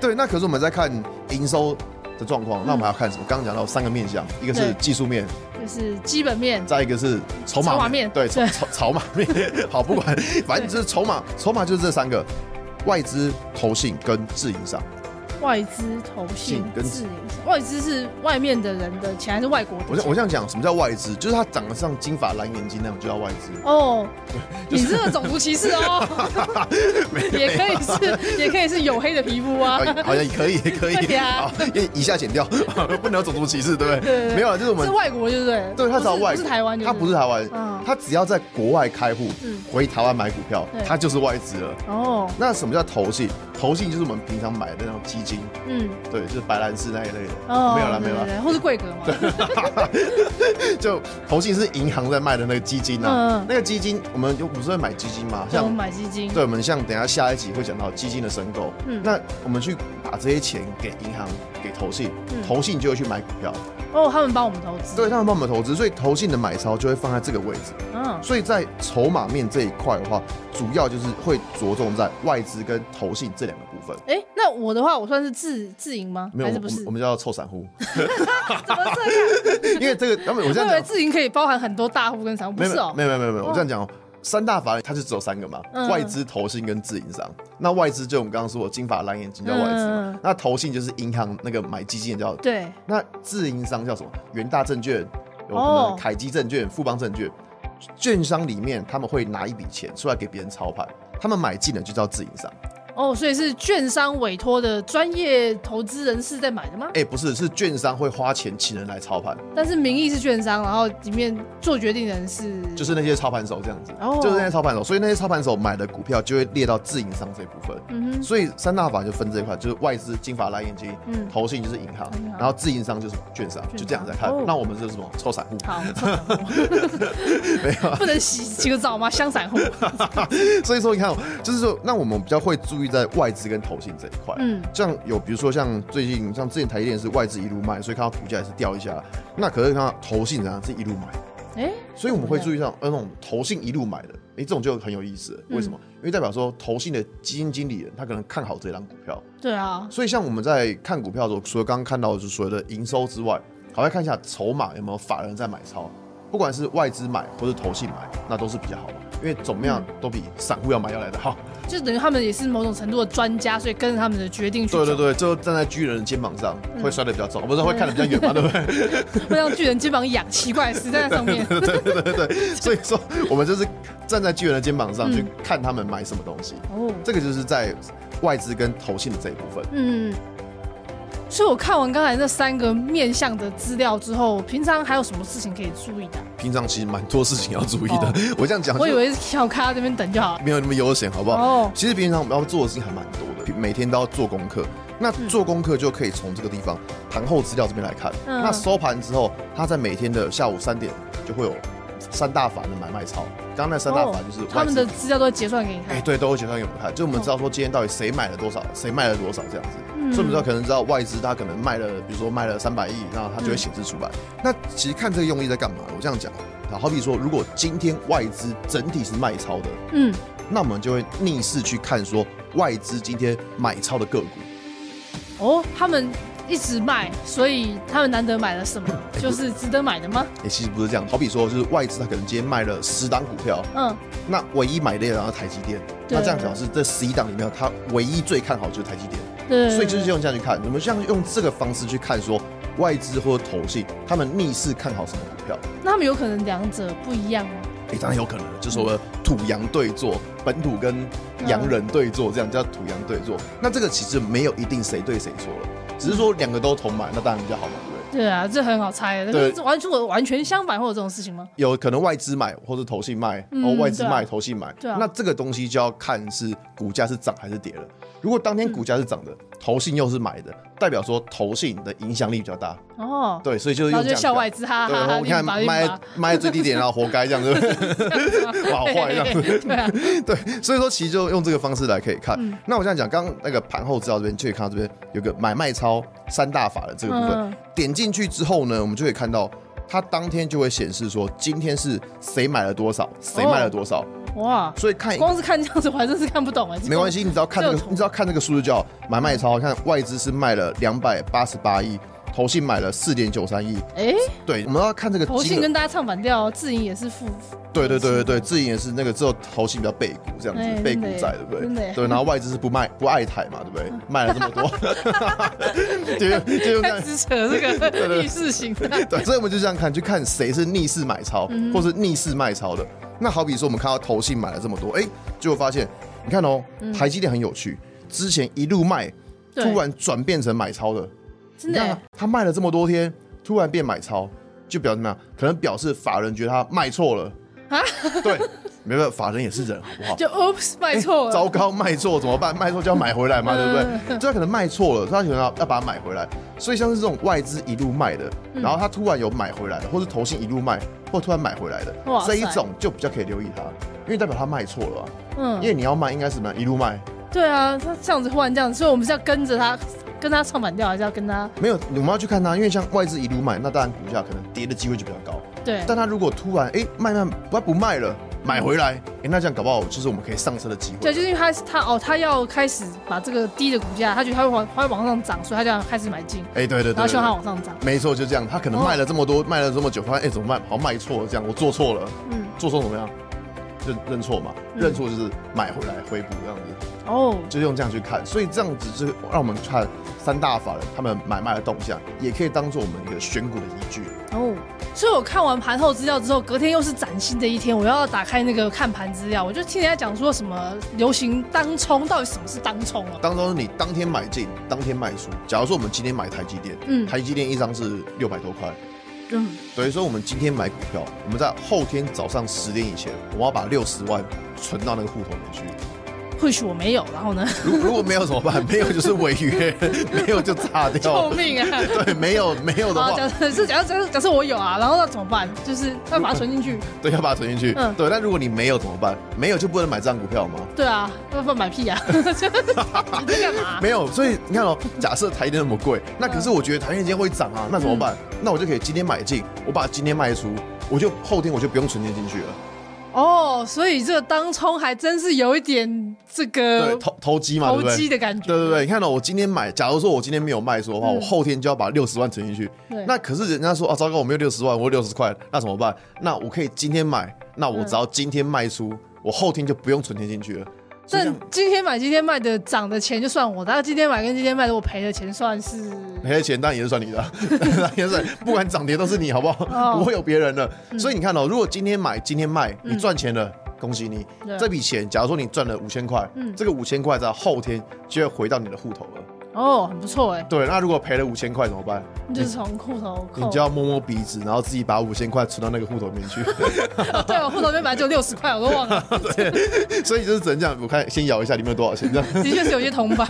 Speaker 2: 对，那可是我们在看营收的状况，那我们还要看什么？刚刚讲到三个面向，一个是
Speaker 1: 对
Speaker 2: 技术面，
Speaker 1: 就是基本面，
Speaker 2: 再一个是筹码
Speaker 1: 筹码面
Speaker 2: 对，筹
Speaker 1: 对
Speaker 2: 筹筹码面，好，不管，反正就是筹码， 筹码就是这三个，外资、投信跟自营商。
Speaker 1: 外资投信
Speaker 2: 信跟
Speaker 1: 自营商，外资是外面的人的钱，还是外国
Speaker 2: 我
Speaker 1: 的
Speaker 2: 这
Speaker 1: 钱？
Speaker 2: 我这样讲，什么叫外资？就是它长得像金发蓝眼睛那种，就叫外资。
Speaker 1: 哦，你这个种族歧视哦，也可以是，也可以是黝黑的皮肤 啊，
Speaker 2: 啊好像也可以，也可以
Speaker 1: 对呀
Speaker 2: 好，因为以下剪掉， 不能有种族歧视，对不
Speaker 1: 对
Speaker 2: 对？
Speaker 1: 对
Speaker 2: 没有啊，就是我们
Speaker 1: 是外国对不对？
Speaker 2: 对他
Speaker 1: 不
Speaker 2: 找
Speaker 1: 是
Speaker 2: 外，
Speaker 1: 不是台湾，
Speaker 2: 他不是。台湾
Speaker 1: 嗯，
Speaker 2: 他只要在国外开户
Speaker 1: 嗯，
Speaker 2: 回台湾买股票
Speaker 1: 对，
Speaker 2: 他就是外资了。
Speaker 1: 哦，
Speaker 2: 那什么叫投信？投信就是我们平常买的那种基金，
Speaker 1: 嗯，
Speaker 2: 对，就是白兰氏那一类的。
Speaker 1: 哦，
Speaker 2: 没有啦，没有
Speaker 1: 对
Speaker 2: 啦，
Speaker 1: 对对或是贵格嘛，
Speaker 2: 就投信是银行在卖的那个基金
Speaker 1: 嗯
Speaker 2: 啊
Speaker 1: 嗯，
Speaker 2: 那个基金我们又不是会买基金嘛，
Speaker 1: 像我
Speaker 2: 像
Speaker 1: 们买基金，
Speaker 2: 对，我们像等一下下一集会讲到基金的申购，
Speaker 1: 嗯
Speaker 2: 那我们去把这些钱给银行、给投信，
Speaker 1: 嗯
Speaker 2: 投信就会去买股票，
Speaker 1: 哦，他们帮我们投资，
Speaker 2: 对，他们帮我们投资，所以投信的买超就会放在这个位置。
Speaker 1: 嗯，
Speaker 2: 所以在筹码面这一块的话，主要就是会着重在外资跟投信这两个部分。
Speaker 1: 哎，那我的话，我算是自自营吗？
Speaker 2: 没有，
Speaker 1: 还是
Speaker 2: 我
Speaker 1: 不
Speaker 2: 们
Speaker 1: 是
Speaker 2: 我？们叫臭散户，
Speaker 1: 怎么这样？
Speaker 2: 因为这 个，他们 我这
Speaker 1: 我
Speaker 2: 样
Speaker 1: 以为
Speaker 2: 讲，
Speaker 1: 自营可以包含很多大户跟商户，不
Speaker 2: 没有
Speaker 1: 是哦
Speaker 2: 没，有没有没有没有，
Speaker 1: 哦
Speaker 2: 我这样讲哦，三大法人它就只有三个嘛，
Speaker 1: 嗯
Speaker 2: 外资、投信跟自营商。那外资就我们刚刚说的金发蓝眼睛叫外资嘛，
Speaker 1: 嗯
Speaker 2: 那投信就是银行那个买基金的叫，
Speaker 1: 对，
Speaker 2: 那自营商叫什么？元大证券，有可
Speaker 1: 哦
Speaker 2: 能凯基证券、富邦证券，券商里面他们会拿一笔钱出来给别人操盘，他们买进的就叫自营商。
Speaker 1: 哦，所以是券商委托的专业投资人士在买的吗？
Speaker 2: 哎、不是，是券商会花钱请人来操盘，
Speaker 1: 但是名义是券商，然后里面做决定的人是
Speaker 2: 就是那些操盘手这样子，
Speaker 1: 哦
Speaker 2: 就是那些操盘手，所以那些操盘手买的股票就会列到自营商这一部分。
Speaker 1: 嗯哼，
Speaker 2: 所以三大法就分这一块，就是外资、金发、蓝眼睛，
Speaker 1: 嗯
Speaker 2: 投信就是银行
Speaker 1: 银，行
Speaker 2: 然后自营商就是券商，
Speaker 1: 商
Speaker 2: 就这样在看
Speaker 1: 哦。
Speaker 2: 那我们是什么臭散户？
Speaker 1: 好， 不能洗洗个澡吗？香散户，
Speaker 2: 所以说你看，哦就是说，那我们比较会注意在外资跟投信这一块。
Speaker 1: 嗯
Speaker 2: 像有比如说像最近像之前台积电是外资一路卖，所以看到股价也是掉一下。那可是看到投信怎样是一路买，
Speaker 1: 哎，
Speaker 2: 所以我们会
Speaker 1: 怎么
Speaker 2: 注意到呃那种投信一路买的，哎、这种就很有意思了。为什么？因为代表说投信的基金经理人他可能看好这张股票，
Speaker 1: 对啊，
Speaker 2: 所以像我们在看股票的时候，除了刚刚看到的就是所谓的营收之外，还会看一下筹码有没有法人在买超，不管是外资买或是投信买，那都是比较好的，因为怎么样都比散户要买要来的好。
Speaker 1: 就等于他们也是某种程度的专家，所以跟着他们的决定去
Speaker 2: 对对
Speaker 1: 走，
Speaker 2: 对，就站在巨人的肩膀上
Speaker 1: 嗯
Speaker 2: 会摔得比较重，不是会看得比较 远嘛，对不对？
Speaker 1: 会让巨人肩膀痒，奇怪的死在那上 面。
Speaker 2: 所以说我们就是站在巨人的肩膀上
Speaker 1: 嗯
Speaker 2: 去看他们买什么东西，
Speaker 1: 哦，
Speaker 2: 这个就是在外资跟投信的这一部分。
Speaker 1: 嗯，所以我看完刚才那三个面向的资料之后，平常还有什么事情可以注意的？
Speaker 2: 平常其实蛮多事情要注意的
Speaker 1: 哦，
Speaker 2: 我这样讲就
Speaker 1: 我以为是小咖这边等就好了。
Speaker 2: 没有那么悠闲，好不好？
Speaker 1: 哦，
Speaker 2: 其实平常我们要做的事情还蛮多的，每天都要做功课。那做功课就可以从这个地方盘后资料这边来看。
Speaker 1: 嗯
Speaker 2: 那收盘之后，它在每天的下午三点就会有三大法的买卖超。刚刚那三大法就是外
Speaker 1: 哦
Speaker 2: 资
Speaker 1: 他们的资料都会结算给你
Speaker 2: 哎、
Speaker 1: 看。
Speaker 2: 对，都会结算给我们看，就我们知道说今天到底谁买了多少，谁卖了多少这样子。
Speaker 1: 嗯
Speaker 2: 所以我们知道可能知道外资它可能卖了，比如说卖了三百亿，然后它
Speaker 1: 嗯
Speaker 2: 就会显示出来。那其实看这个用意在干嘛？我这样讲，好好比说，如果今天外资整体是卖超的，
Speaker 1: 嗯，
Speaker 2: 那我们就会逆势去看说外资今天买超的个股。
Speaker 1: 哦，他们一直卖，所以他们难得买了什
Speaker 2: 哎
Speaker 1: 么，就是值得买的吗？
Speaker 2: 也、哎其实不是这样，好比说就是外资它可能今天卖了十档股票，
Speaker 1: 嗯，
Speaker 2: 那唯一买的然后台积电，
Speaker 1: 对
Speaker 2: 那这样表示这十一档里面它唯一最看好就是台积电。
Speaker 1: 对。
Speaker 2: 所以就是用这样去看，我们像用这个方式去看说外资或投信他们逆势看好什么股票。
Speaker 1: 那他们有可能两者不一样啊吗？
Speaker 2: 哎、当然有可能，就说土洋对坐，本土跟洋人对坐，这样叫土洋对坐。那这个其实没有一定谁对谁错了，只是说
Speaker 1: 嗯
Speaker 2: 两个都同买，那当然比较好嘛，对不对？
Speaker 1: 对啊，这很好猜的。
Speaker 2: 对
Speaker 1: 这完全完全相反，会有这种事情吗？
Speaker 2: 有可能外资买或者投信卖，
Speaker 1: 嗯
Speaker 2: 哦，外资
Speaker 1: 对
Speaker 2: 卖、
Speaker 1: 啊
Speaker 2: 投信买，
Speaker 1: 对啊
Speaker 2: 那这个东西就要看是股价是涨还是跌了。如果当
Speaker 1: 嗯
Speaker 2: 天股价是涨的，投信又是买的，代表说投信的影响力比较大，
Speaker 1: 哦，
Speaker 2: 对，所以就是
Speaker 1: 然
Speaker 2: 用
Speaker 1: 后
Speaker 2: 这
Speaker 1: 就
Speaker 2: 样
Speaker 1: 笑
Speaker 2: 看
Speaker 1: 外资，哈
Speaker 2: 对，
Speaker 1: 哈
Speaker 2: 然
Speaker 1: 哈，
Speaker 2: 后你看
Speaker 1: 把
Speaker 2: 卖卖最低点，然后活该这 样，对不对？哇，好坏这样子。
Speaker 1: 对啊，
Speaker 2: 对，所以说其实就用这个方式来可以看。
Speaker 1: 嗯
Speaker 2: 那我现在讲，刚刚那个盘后资料这边就可以看到这边有个买卖超三大法的这个部分，
Speaker 1: 嗯
Speaker 2: 点进去之后呢，我们就可以看到。它当天就会显示说，今天是谁买了多少，谁卖了多少，
Speaker 1: 哇，
Speaker 2: 所以看一
Speaker 1: 哦光是看这样子，我还真是看不懂哎。
Speaker 2: 哎没关系，你只要看那
Speaker 1: 这
Speaker 2: 个
Speaker 1: 有，图
Speaker 2: 你只要看那个数字就好。买卖超，看外资是卖了两百八十八亿，投信买了四点九三亿。
Speaker 1: 这个，哎，
Speaker 2: 对，我们要看这个
Speaker 1: 投
Speaker 2: 金
Speaker 1: 信
Speaker 2: 额
Speaker 1: 跟大家唱反调，自营也是负，
Speaker 2: 对对对对对，自营也是那个只有投信比较背股这样
Speaker 1: 哎
Speaker 2: 子，背
Speaker 1: 真
Speaker 2: 股
Speaker 1: 的耶
Speaker 2: 仔对不
Speaker 1: 真的嗯耶
Speaker 2: 对？对，然后外资是不卖不爱台嘛，对不对？卖了这 么多，就用就用这
Speaker 1: 开
Speaker 2: 样。
Speaker 1: 始扯这个意识形态。
Speaker 2: 对，所以我们就这样看，去看谁是逆势买超，
Speaker 1: 嗯
Speaker 2: 或是逆势卖超的。那好比说，我们看到投信买了这么多，哎，结果发现，你看哦，台积电很有趣，之前一路卖，
Speaker 1: 嗯对
Speaker 2: 突然转变成买超的，
Speaker 1: 真
Speaker 2: 你
Speaker 1: 的
Speaker 2: 看
Speaker 1: 耶
Speaker 2: 啊，他卖了这么多天，突然变买超，就表示怎么样？可能表示法人觉得他卖错了
Speaker 1: 啊？
Speaker 2: 对，没有，法人也是人，好不好？
Speaker 1: 就 oops 卖错
Speaker 2: 哎糟
Speaker 1: 了，
Speaker 2: 糕，卖错怎么办？卖错就要买回来嘛，对不
Speaker 1: 嗯
Speaker 2: 对？就他可能卖错了，所以他可能要要把它买回来。所以像是这种外资一路卖的，
Speaker 1: 嗯
Speaker 2: 然后他突然有买回来的，或是投信一路卖，或突然买回来的
Speaker 1: 哇，塞
Speaker 2: 这一种就比较可以留意它，因为代表他卖错了啊、
Speaker 1: 嗯，
Speaker 2: 因为你要卖，应该是什么样一路卖？
Speaker 1: 对啊，他这样子忽然这样子，所以我们是要跟着他，跟他唱反调，还是要跟他
Speaker 2: 没有，我们要去看它，因为像外资一路卖，那当然股价可能跌的机会就比较高。
Speaker 1: 对？
Speaker 2: 但它如果突然哎、卖卖不不卖了，买回来，哎、那这样搞不好就是我们可以上车的机会。
Speaker 1: 对，就是因为他他哦，他要开始把这个低的股价，他觉得他会往他会往上涨，所以他就要开始买进，
Speaker 2: 哎、对
Speaker 1: 然
Speaker 2: 对对
Speaker 1: 后
Speaker 2: 对
Speaker 1: 希望它往上涨。
Speaker 2: 没错，就这样。他可能
Speaker 1: 哦
Speaker 2: 卖了这么多，卖了这么久，发现哎、怎么卖？好像卖错了，这样我做错了，
Speaker 1: 嗯，
Speaker 2: 做错怎么样？认认错嘛，
Speaker 1: 嗯
Speaker 2: 认错就是买回来回补这样子，
Speaker 1: 哦，
Speaker 2: 就用这样去看。所以这样子就是让我们看三大法人他们买卖的动向，也可以当做我们一个选股的依据。
Speaker 1: 哦，所以我看完盘后资料之后，隔天又是崭新的一天，我要打开那个看盘资料，我就听人家讲说什么流行当冲，到底什么是当冲啊？
Speaker 2: 当中你当天买进，当天卖出。假如说我们今天买台积电，
Speaker 1: 嗯
Speaker 2: 台积电一张是六百多块，
Speaker 1: 嗯，
Speaker 2: 等于说我们今天买股票，我们在后天早上十点以前，我们要把六十万存到那个户头里面去。
Speaker 1: 或许我没有，然后 呢？
Speaker 2: 如 如果没有怎么办？没有就是违约，没有就炸
Speaker 1: 救
Speaker 2: 掉。
Speaker 1: 命 啊！
Speaker 2: 对，没有没有的
Speaker 1: 好，
Speaker 2: 话
Speaker 1: 假，设是假设假设我有啊，然后那怎么办？就是要把它存进去。
Speaker 2: 对，要把它存进去。
Speaker 1: 嗯
Speaker 2: 对，但如果你没有怎么办？没有就不能买这张股票吗？
Speaker 1: 对啊，要不然买 屁啊！ 你在干嘛？
Speaker 2: 没有，所以你 看哦，假设台积电那么
Speaker 1: 嗯
Speaker 2: 贵，那可是我觉得台积电今天会涨啊，那怎么办？那我就可以今天买进，我把今天卖出，我就后天我就不用存钱进去了。
Speaker 1: 哦，所以这个当冲还真是有一点这
Speaker 2: 对，
Speaker 1: 个
Speaker 2: 投投机嘛，对
Speaker 1: 呃投
Speaker 2: 不对？
Speaker 1: 机的感觉。
Speaker 2: 对对对，你看哦到、我今天买，假如说我今天没有卖出的话，
Speaker 1: 嗯
Speaker 2: 我后天就要把六十万存进去。
Speaker 1: 对
Speaker 2: 那可是人家说啊，糟糕，我没有六十万，我有六十块，那怎么办？那我可以今天买，那
Speaker 1: 嗯
Speaker 2: 我只要今天卖出，我后天就不用存钱进去了。所以这样
Speaker 1: 但今天买今天卖的涨的钱就算我的，那今天买跟今天卖的我赔的钱算是
Speaker 2: 赔的钱当然也是算你的， 当然 也是算不管涨跌都是你，好不好？
Speaker 1: 哦 嗯
Speaker 2: 不会有别人的。所以你看哦，如果今天买，今天卖，你赚钱了。恭喜你
Speaker 1: 对，啊
Speaker 2: 这笔钱，假如说你赚了五千块，
Speaker 1: 嗯
Speaker 2: 这个五千块在后天就会回到你的户头了。
Speaker 1: 哦，很不错哎、
Speaker 2: 对，那如果赔了五千块怎么办？
Speaker 1: 就是从裤头
Speaker 2: 你
Speaker 1: 扣
Speaker 2: 就。要摸摸鼻子，然后自己把五千块存到那个户头里面去。
Speaker 1: 对，我户头里面本来就六十块，我都忘了，
Speaker 2: 所以就是只能这样，我看先摇一下里面有多少钱这样。
Speaker 1: 的确是有些铜板。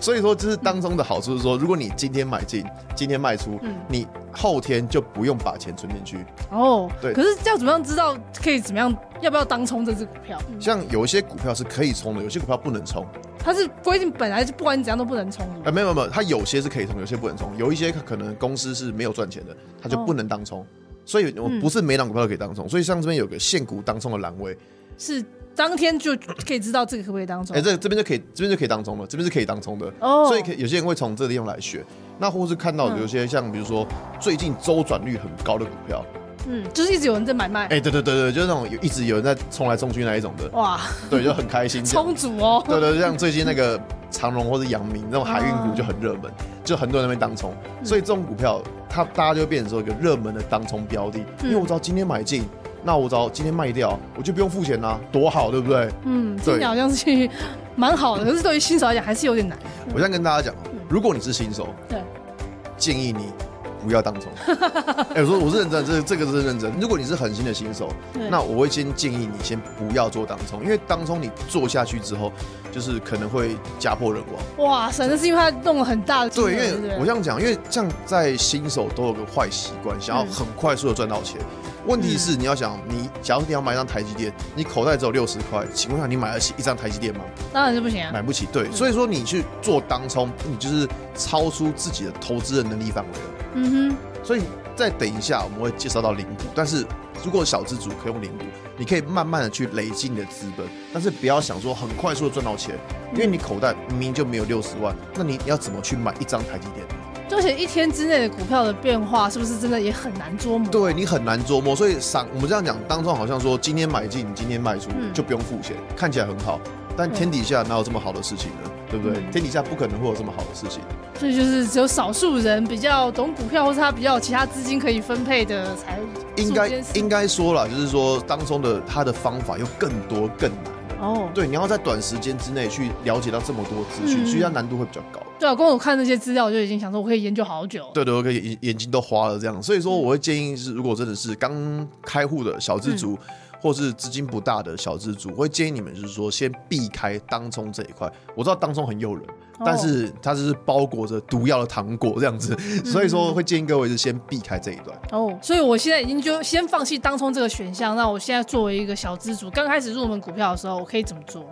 Speaker 2: 所以说，就是当中的好处是说，如果你今天买进，今天卖出，
Speaker 1: 嗯
Speaker 2: 你后天就不用把钱存进去。
Speaker 1: 哦，
Speaker 2: 对
Speaker 1: 可是要怎么样知道可以怎么样，要不要当冲这只股票？
Speaker 2: 像有一些股票是可以冲的，有些股票不能冲。
Speaker 1: 它是规定本来就不管你怎样都不能冲
Speaker 2: 哎、
Speaker 1: 的。
Speaker 2: 没有没有没有，它有些是可以冲，有些不能冲。有一些可能公司是没有赚钱的，它
Speaker 1: 哦
Speaker 2: 就不能当冲。所以我
Speaker 1: 嗯
Speaker 2: 不是每档股票都可以当冲。所以像这边有个现股当冲的栏位，
Speaker 1: 是当天就可以知道这个可不可以当
Speaker 2: 哎、
Speaker 1: 冲。
Speaker 2: 这这边就可以，这边就可以当冲了，这边是可以当冲的。
Speaker 1: 哦嗯
Speaker 2: 所以可以有些人会从这个地方来学，那或是看到有些像比如说最近周转率很高的股票，
Speaker 1: 嗯，就是一直有人在买卖。
Speaker 2: 哎、对对对对，就是那种有一直有人在冲来冲去那一种的，
Speaker 1: 哇，
Speaker 2: 对，就很开心。这样
Speaker 1: 哦冲足哦。
Speaker 2: 对对，对像最近那个长荣或是阳明那种海运股就很热门，
Speaker 1: 啊
Speaker 2: 就很多人在那边当冲，
Speaker 1: 嗯
Speaker 2: 所以这种股票它大家就会变成说一个热门的当冲标
Speaker 1: 嗯
Speaker 2: 的，因为我只要今天买进，那我只要今天卖掉，我就不用付钱啦、啊多好，对不对？
Speaker 1: 嗯，听起
Speaker 2: 对
Speaker 1: 来好像是蛮好的，可是对于新手来讲还是有点难。
Speaker 2: 我现在跟大家讲哦，如果你是新手，
Speaker 1: 嗯对，
Speaker 2: 建议你不要当冲。 哎、我说我是认真，这这个是认真。如果你是狠心的新手，
Speaker 1: 对
Speaker 2: 那我会先建议你先不要做当冲，因为当冲你做下去之后，就是可能会家破人亡。
Speaker 1: 哇塞，那是因为他弄了很大的金额
Speaker 2: 对，因
Speaker 1: 不
Speaker 2: 为我这样讲，因为像在新手都有个坏习惯，想要
Speaker 1: 嗯
Speaker 2: 很快速的赚到钱。问题是你要想，你假如你要买一张台积电，你口袋只有六十块，请问一下你买得起一张台积电吗？
Speaker 1: 当然是不行啊。
Speaker 2: 买不起。对，所以说你去做当冲，你就是超出自己的投资人能力范围了。
Speaker 1: 嗯
Speaker 2: 所以再等一下，我们会介绍到零股，但是如果小资主可以用零股，你可以慢慢的去累积你的资本，但是不要想说很快速的赚到钱，
Speaker 1: 嗯
Speaker 2: 因为你口袋明明就没有六十万，那你要怎么去买一张台积电？
Speaker 1: 哼，就而且一天之内的股票的变化，是不是真的也很难捉摸？
Speaker 2: 对你很难捉摸，所以赏我们这样讲，当中好像说今天买进，今天卖出
Speaker 1: 嗯
Speaker 2: 就不用付钱，看起来很好，但
Speaker 1: 对
Speaker 2: 天底下哪有这么好的事情呢？对不对？
Speaker 1: 嗯
Speaker 2: 天底下不可能会有这么好的事情。
Speaker 1: 所以就是只有少数人比较懂股票，或是他比较有其他资金可以分配的才
Speaker 2: 应该
Speaker 1: 做这件事
Speaker 2: 应该说了，就是说当中的它的方法又更多更难。
Speaker 1: 哦。
Speaker 2: 对，你要在短时间之内去了解到这么多资讯，
Speaker 1: 嗯
Speaker 2: 所以它难度会比较高。
Speaker 1: 对啊，光我看那些资料，我就已经想说我可以研究好久。
Speaker 2: 对对，我可以眼眼睛都花了这样，所以说我会建议是，如果真的是刚开户的小资族，或是资金不大的小资族，我会建议你们就是说先避开当冲这一块。我知道当冲很诱人，但是它就是包裹着毒药的糖果这样子，所以说会建议各位是先避开这一段。
Speaker 1: 哦，所以我现在已经就先放弃当冲这个选项。那我现在作为一个小资主，刚开始入门股票的时候，我可以怎么做？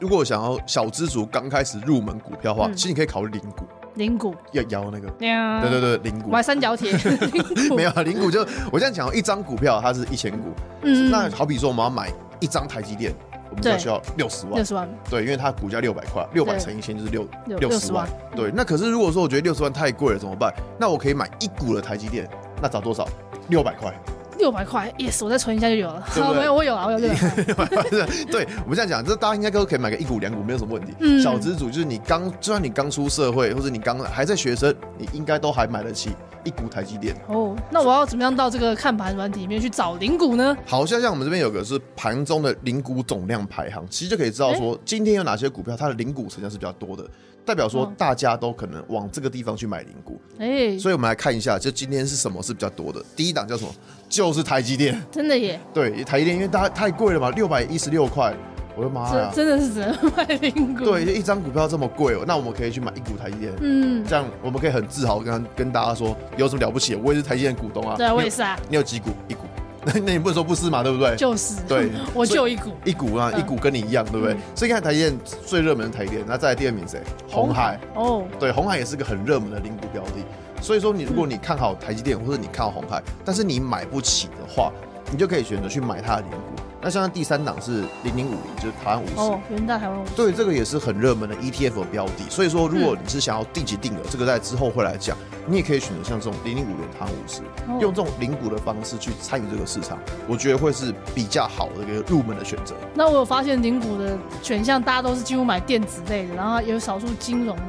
Speaker 2: 如果想要小资族刚开始入门股票的话，
Speaker 1: 嗯
Speaker 2: 其实你可以考虑零股，
Speaker 1: 零股，
Speaker 2: 要摇那个。
Speaker 1: 呀
Speaker 2: 对对对，零股
Speaker 1: 买三角 铁，零股
Speaker 2: 没有啊零股就我现在讲一张股票它是一千股，
Speaker 1: 嗯
Speaker 2: 那好比说我们要买一张台积电，我们就要
Speaker 1: 对
Speaker 2: 需要六十万
Speaker 1: 六。十万，
Speaker 2: 对，因为它股价六百块，六百
Speaker 1: 对
Speaker 2: 乘一千就是六
Speaker 1: 六
Speaker 2: 六十
Speaker 1: 60万
Speaker 2: 万。对，那可是如果说我觉得六十万太贵了，怎么办？那我可以买一股的台积电，那找多少？六百块。
Speaker 1: 六百块，yes，我再存一下就有了。
Speaker 2: 对不
Speaker 1: 好，
Speaker 2: 对
Speaker 1: 没有，我有了，我有六百块。
Speaker 2: 对，我们这样讲，这大家应该都可以买个一股两股，没有什么问题。
Speaker 1: 嗯
Speaker 2: 小资主就是你刚，就算你刚出社会，或者你刚还在学生，你应该都还买得起一股台积电。
Speaker 1: 哦，那我要怎么样到这个看盘软体里面去找零股呢？
Speaker 2: 好像像我们这边有个是盘中的零股总量排行，其实就可以知道说今天有哪些股票它的零股成交是比较多的，代表说
Speaker 1: 嗯
Speaker 2: 大家都可能往这个地方去买零股。
Speaker 1: 哎、
Speaker 2: 所以我们来看一下，就今天是什么是比较多的。第一档叫什么？就是台积电。
Speaker 1: 真的耶，
Speaker 2: 对，台积电因为它太贵了嘛，六百一十六块，我的妈
Speaker 1: 这、
Speaker 2: 呀！
Speaker 1: 真的是只能卖零股。
Speaker 2: 啊对，，一张股票这么贵哦，那我们可以去买一股台积电。
Speaker 1: 嗯，
Speaker 2: 这样我们可以很自豪地跟跟大家说，有什么了不起的？我也是台积电股东啊。
Speaker 1: 对啊，我
Speaker 2: 你
Speaker 1: 也
Speaker 2: 有
Speaker 1: 是啊，
Speaker 2: 你有几股？一股？ 那那你不能说不是嘛，对不对？
Speaker 1: 就是，
Speaker 2: 对
Speaker 1: 我
Speaker 2: 所以
Speaker 1: 就一股。
Speaker 2: 一股啊，
Speaker 1: 嗯
Speaker 2: 一股跟你一样，对不对
Speaker 1: 嗯？
Speaker 2: 所以看台积电最热门的台积电，那再来第二名谁？红海。
Speaker 1: 哦，
Speaker 2: 对，红海也是个很热门的零股标的，所以说，你如果你看好台积电或者你看好红海，但是你买不起的话，你就可以选择去买它的零股。那像第三档是零零五零，就是台湾五十。
Speaker 1: 哦，元大台湾五十
Speaker 2: 对，这个也是很热门的 ETF 的标的，所以说如果你是想要定级定
Speaker 1: 嗯
Speaker 2: 额，这个在之后会来讲，你也可以选择像这种零零五元汤五十，
Speaker 1: 哦
Speaker 2: 用这种零股的方式去参与这个市场，我觉得会是比较好的一个入门的选择。
Speaker 1: 那我有发现零股的选项，大家都是几乎买电子类的，然后也有少数金融的，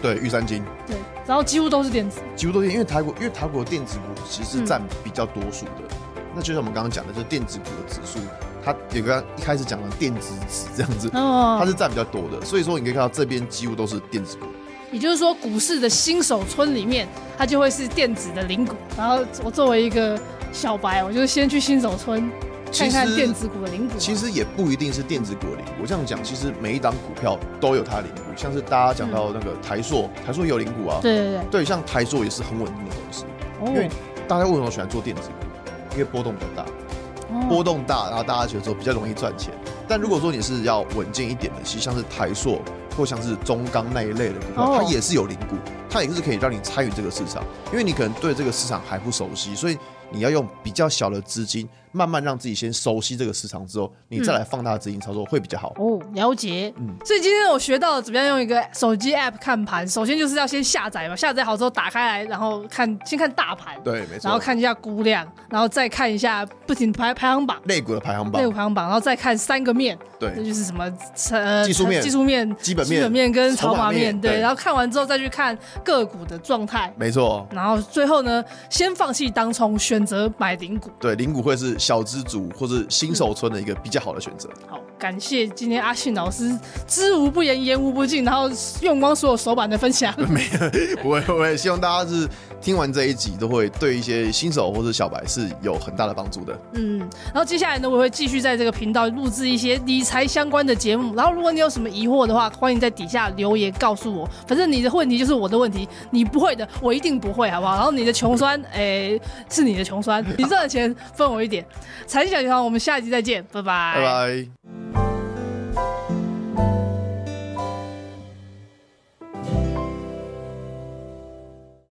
Speaker 2: 对，玉山金
Speaker 1: 对，然后几乎都是电子。
Speaker 2: 几乎都是因为台股，因为台股的电子股其实是
Speaker 1: 嗯
Speaker 2: 占比较多数的。那就像我们刚刚讲的，就是电子股的指数，它有个一开始讲的电子指这样子，它
Speaker 1: 哦，
Speaker 2: 是占比较多的，所以说你可以看到这边几乎都是电子股。
Speaker 1: 也就是说，股市的新手村里面，它就会是电子的零股。然后我作为一个小白，我就先去新手村看
Speaker 2: 其
Speaker 1: 看
Speaker 2: 实
Speaker 1: 电子股的零股。
Speaker 2: 其实也不一定是电子股的领股。我这样讲，其实每一档股票都有它的领股，像是大家讲到那个台塑，台塑也有领股啊。
Speaker 1: 嗯对对对，
Speaker 2: 对，像台塑也是很稳定的公司。因为
Speaker 1: 哦
Speaker 2: 大家为什么喜欢做电子股？因为波动比较大，波
Speaker 1: 哦，
Speaker 2: 动大，然后大家觉得说比较容易赚钱。但如果说你是要稳健一点的，其实像是台塑或像是中钢那一类的股票，
Speaker 1: 哦
Speaker 2: 它也是有领股，它也是可以让你参与这个市场。因为你可能对这个市场还不熟悉，所以你要用比较小的资金，慢慢让自己先熟悉这个市场之后，你再来放大资金操作会比较好。
Speaker 1: 哦，了解。
Speaker 2: 嗯
Speaker 1: 所以今天我学到了怎么样用一个手机 app 看盘。首先就是要先下载嘛，下载好之后打开来，然后看先看大盘，
Speaker 2: 对，没错。
Speaker 1: 然后看一下估量，然后再看一下不停排排行榜。
Speaker 2: 类股的排行榜
Speaker 1: 内，股排行榜，然后再看三个面，那
Speaker 2: 对，
Speaker 1: 就是什么呃
Speaker 2: 技术面
Speaker 1: 技术面、
Speaker 2: 基本面
Speaker 1: 基本面跟
Speaker 2: 筹码
Speaker 1: 筹码面，
Speaker 2: 面
Speaker 1: 对，
Speaker 2: 对
Speaker 1: 然后看完之后再去看个股的状态，
Speaker 2: 没错。
Speaker 1: 然后最后呢，先放弃当冲，选择买零股。
Speaker 2: 对，领股会是小资主或者新
Speaker 1: 嗯
Speaker 2: 手村的一个比较好的选择。
Speaker 1: 好，感谢今天阿信老师知无不言，言无不尽，然后用光所有手板的分享。
Speaker 2: 我也我也希望大家是听完这一集都会对一些新手或者小白是有很大的帮助的。
Speaker 1: 嗯，然后接下来呢，我会继续在这个频道录制一些理财相关的节目。然后，如果你有什么疑惑的话，欢迎在底下留言告诉我。反正你的问题就是我的问题，你不会的，我一定不会，好不好？然后你的穷酸，哎，是你的穷酸，你赚的钱分我一点。财经小集团，我们下一集再见，拜拜
Speaker 2: 拜拜。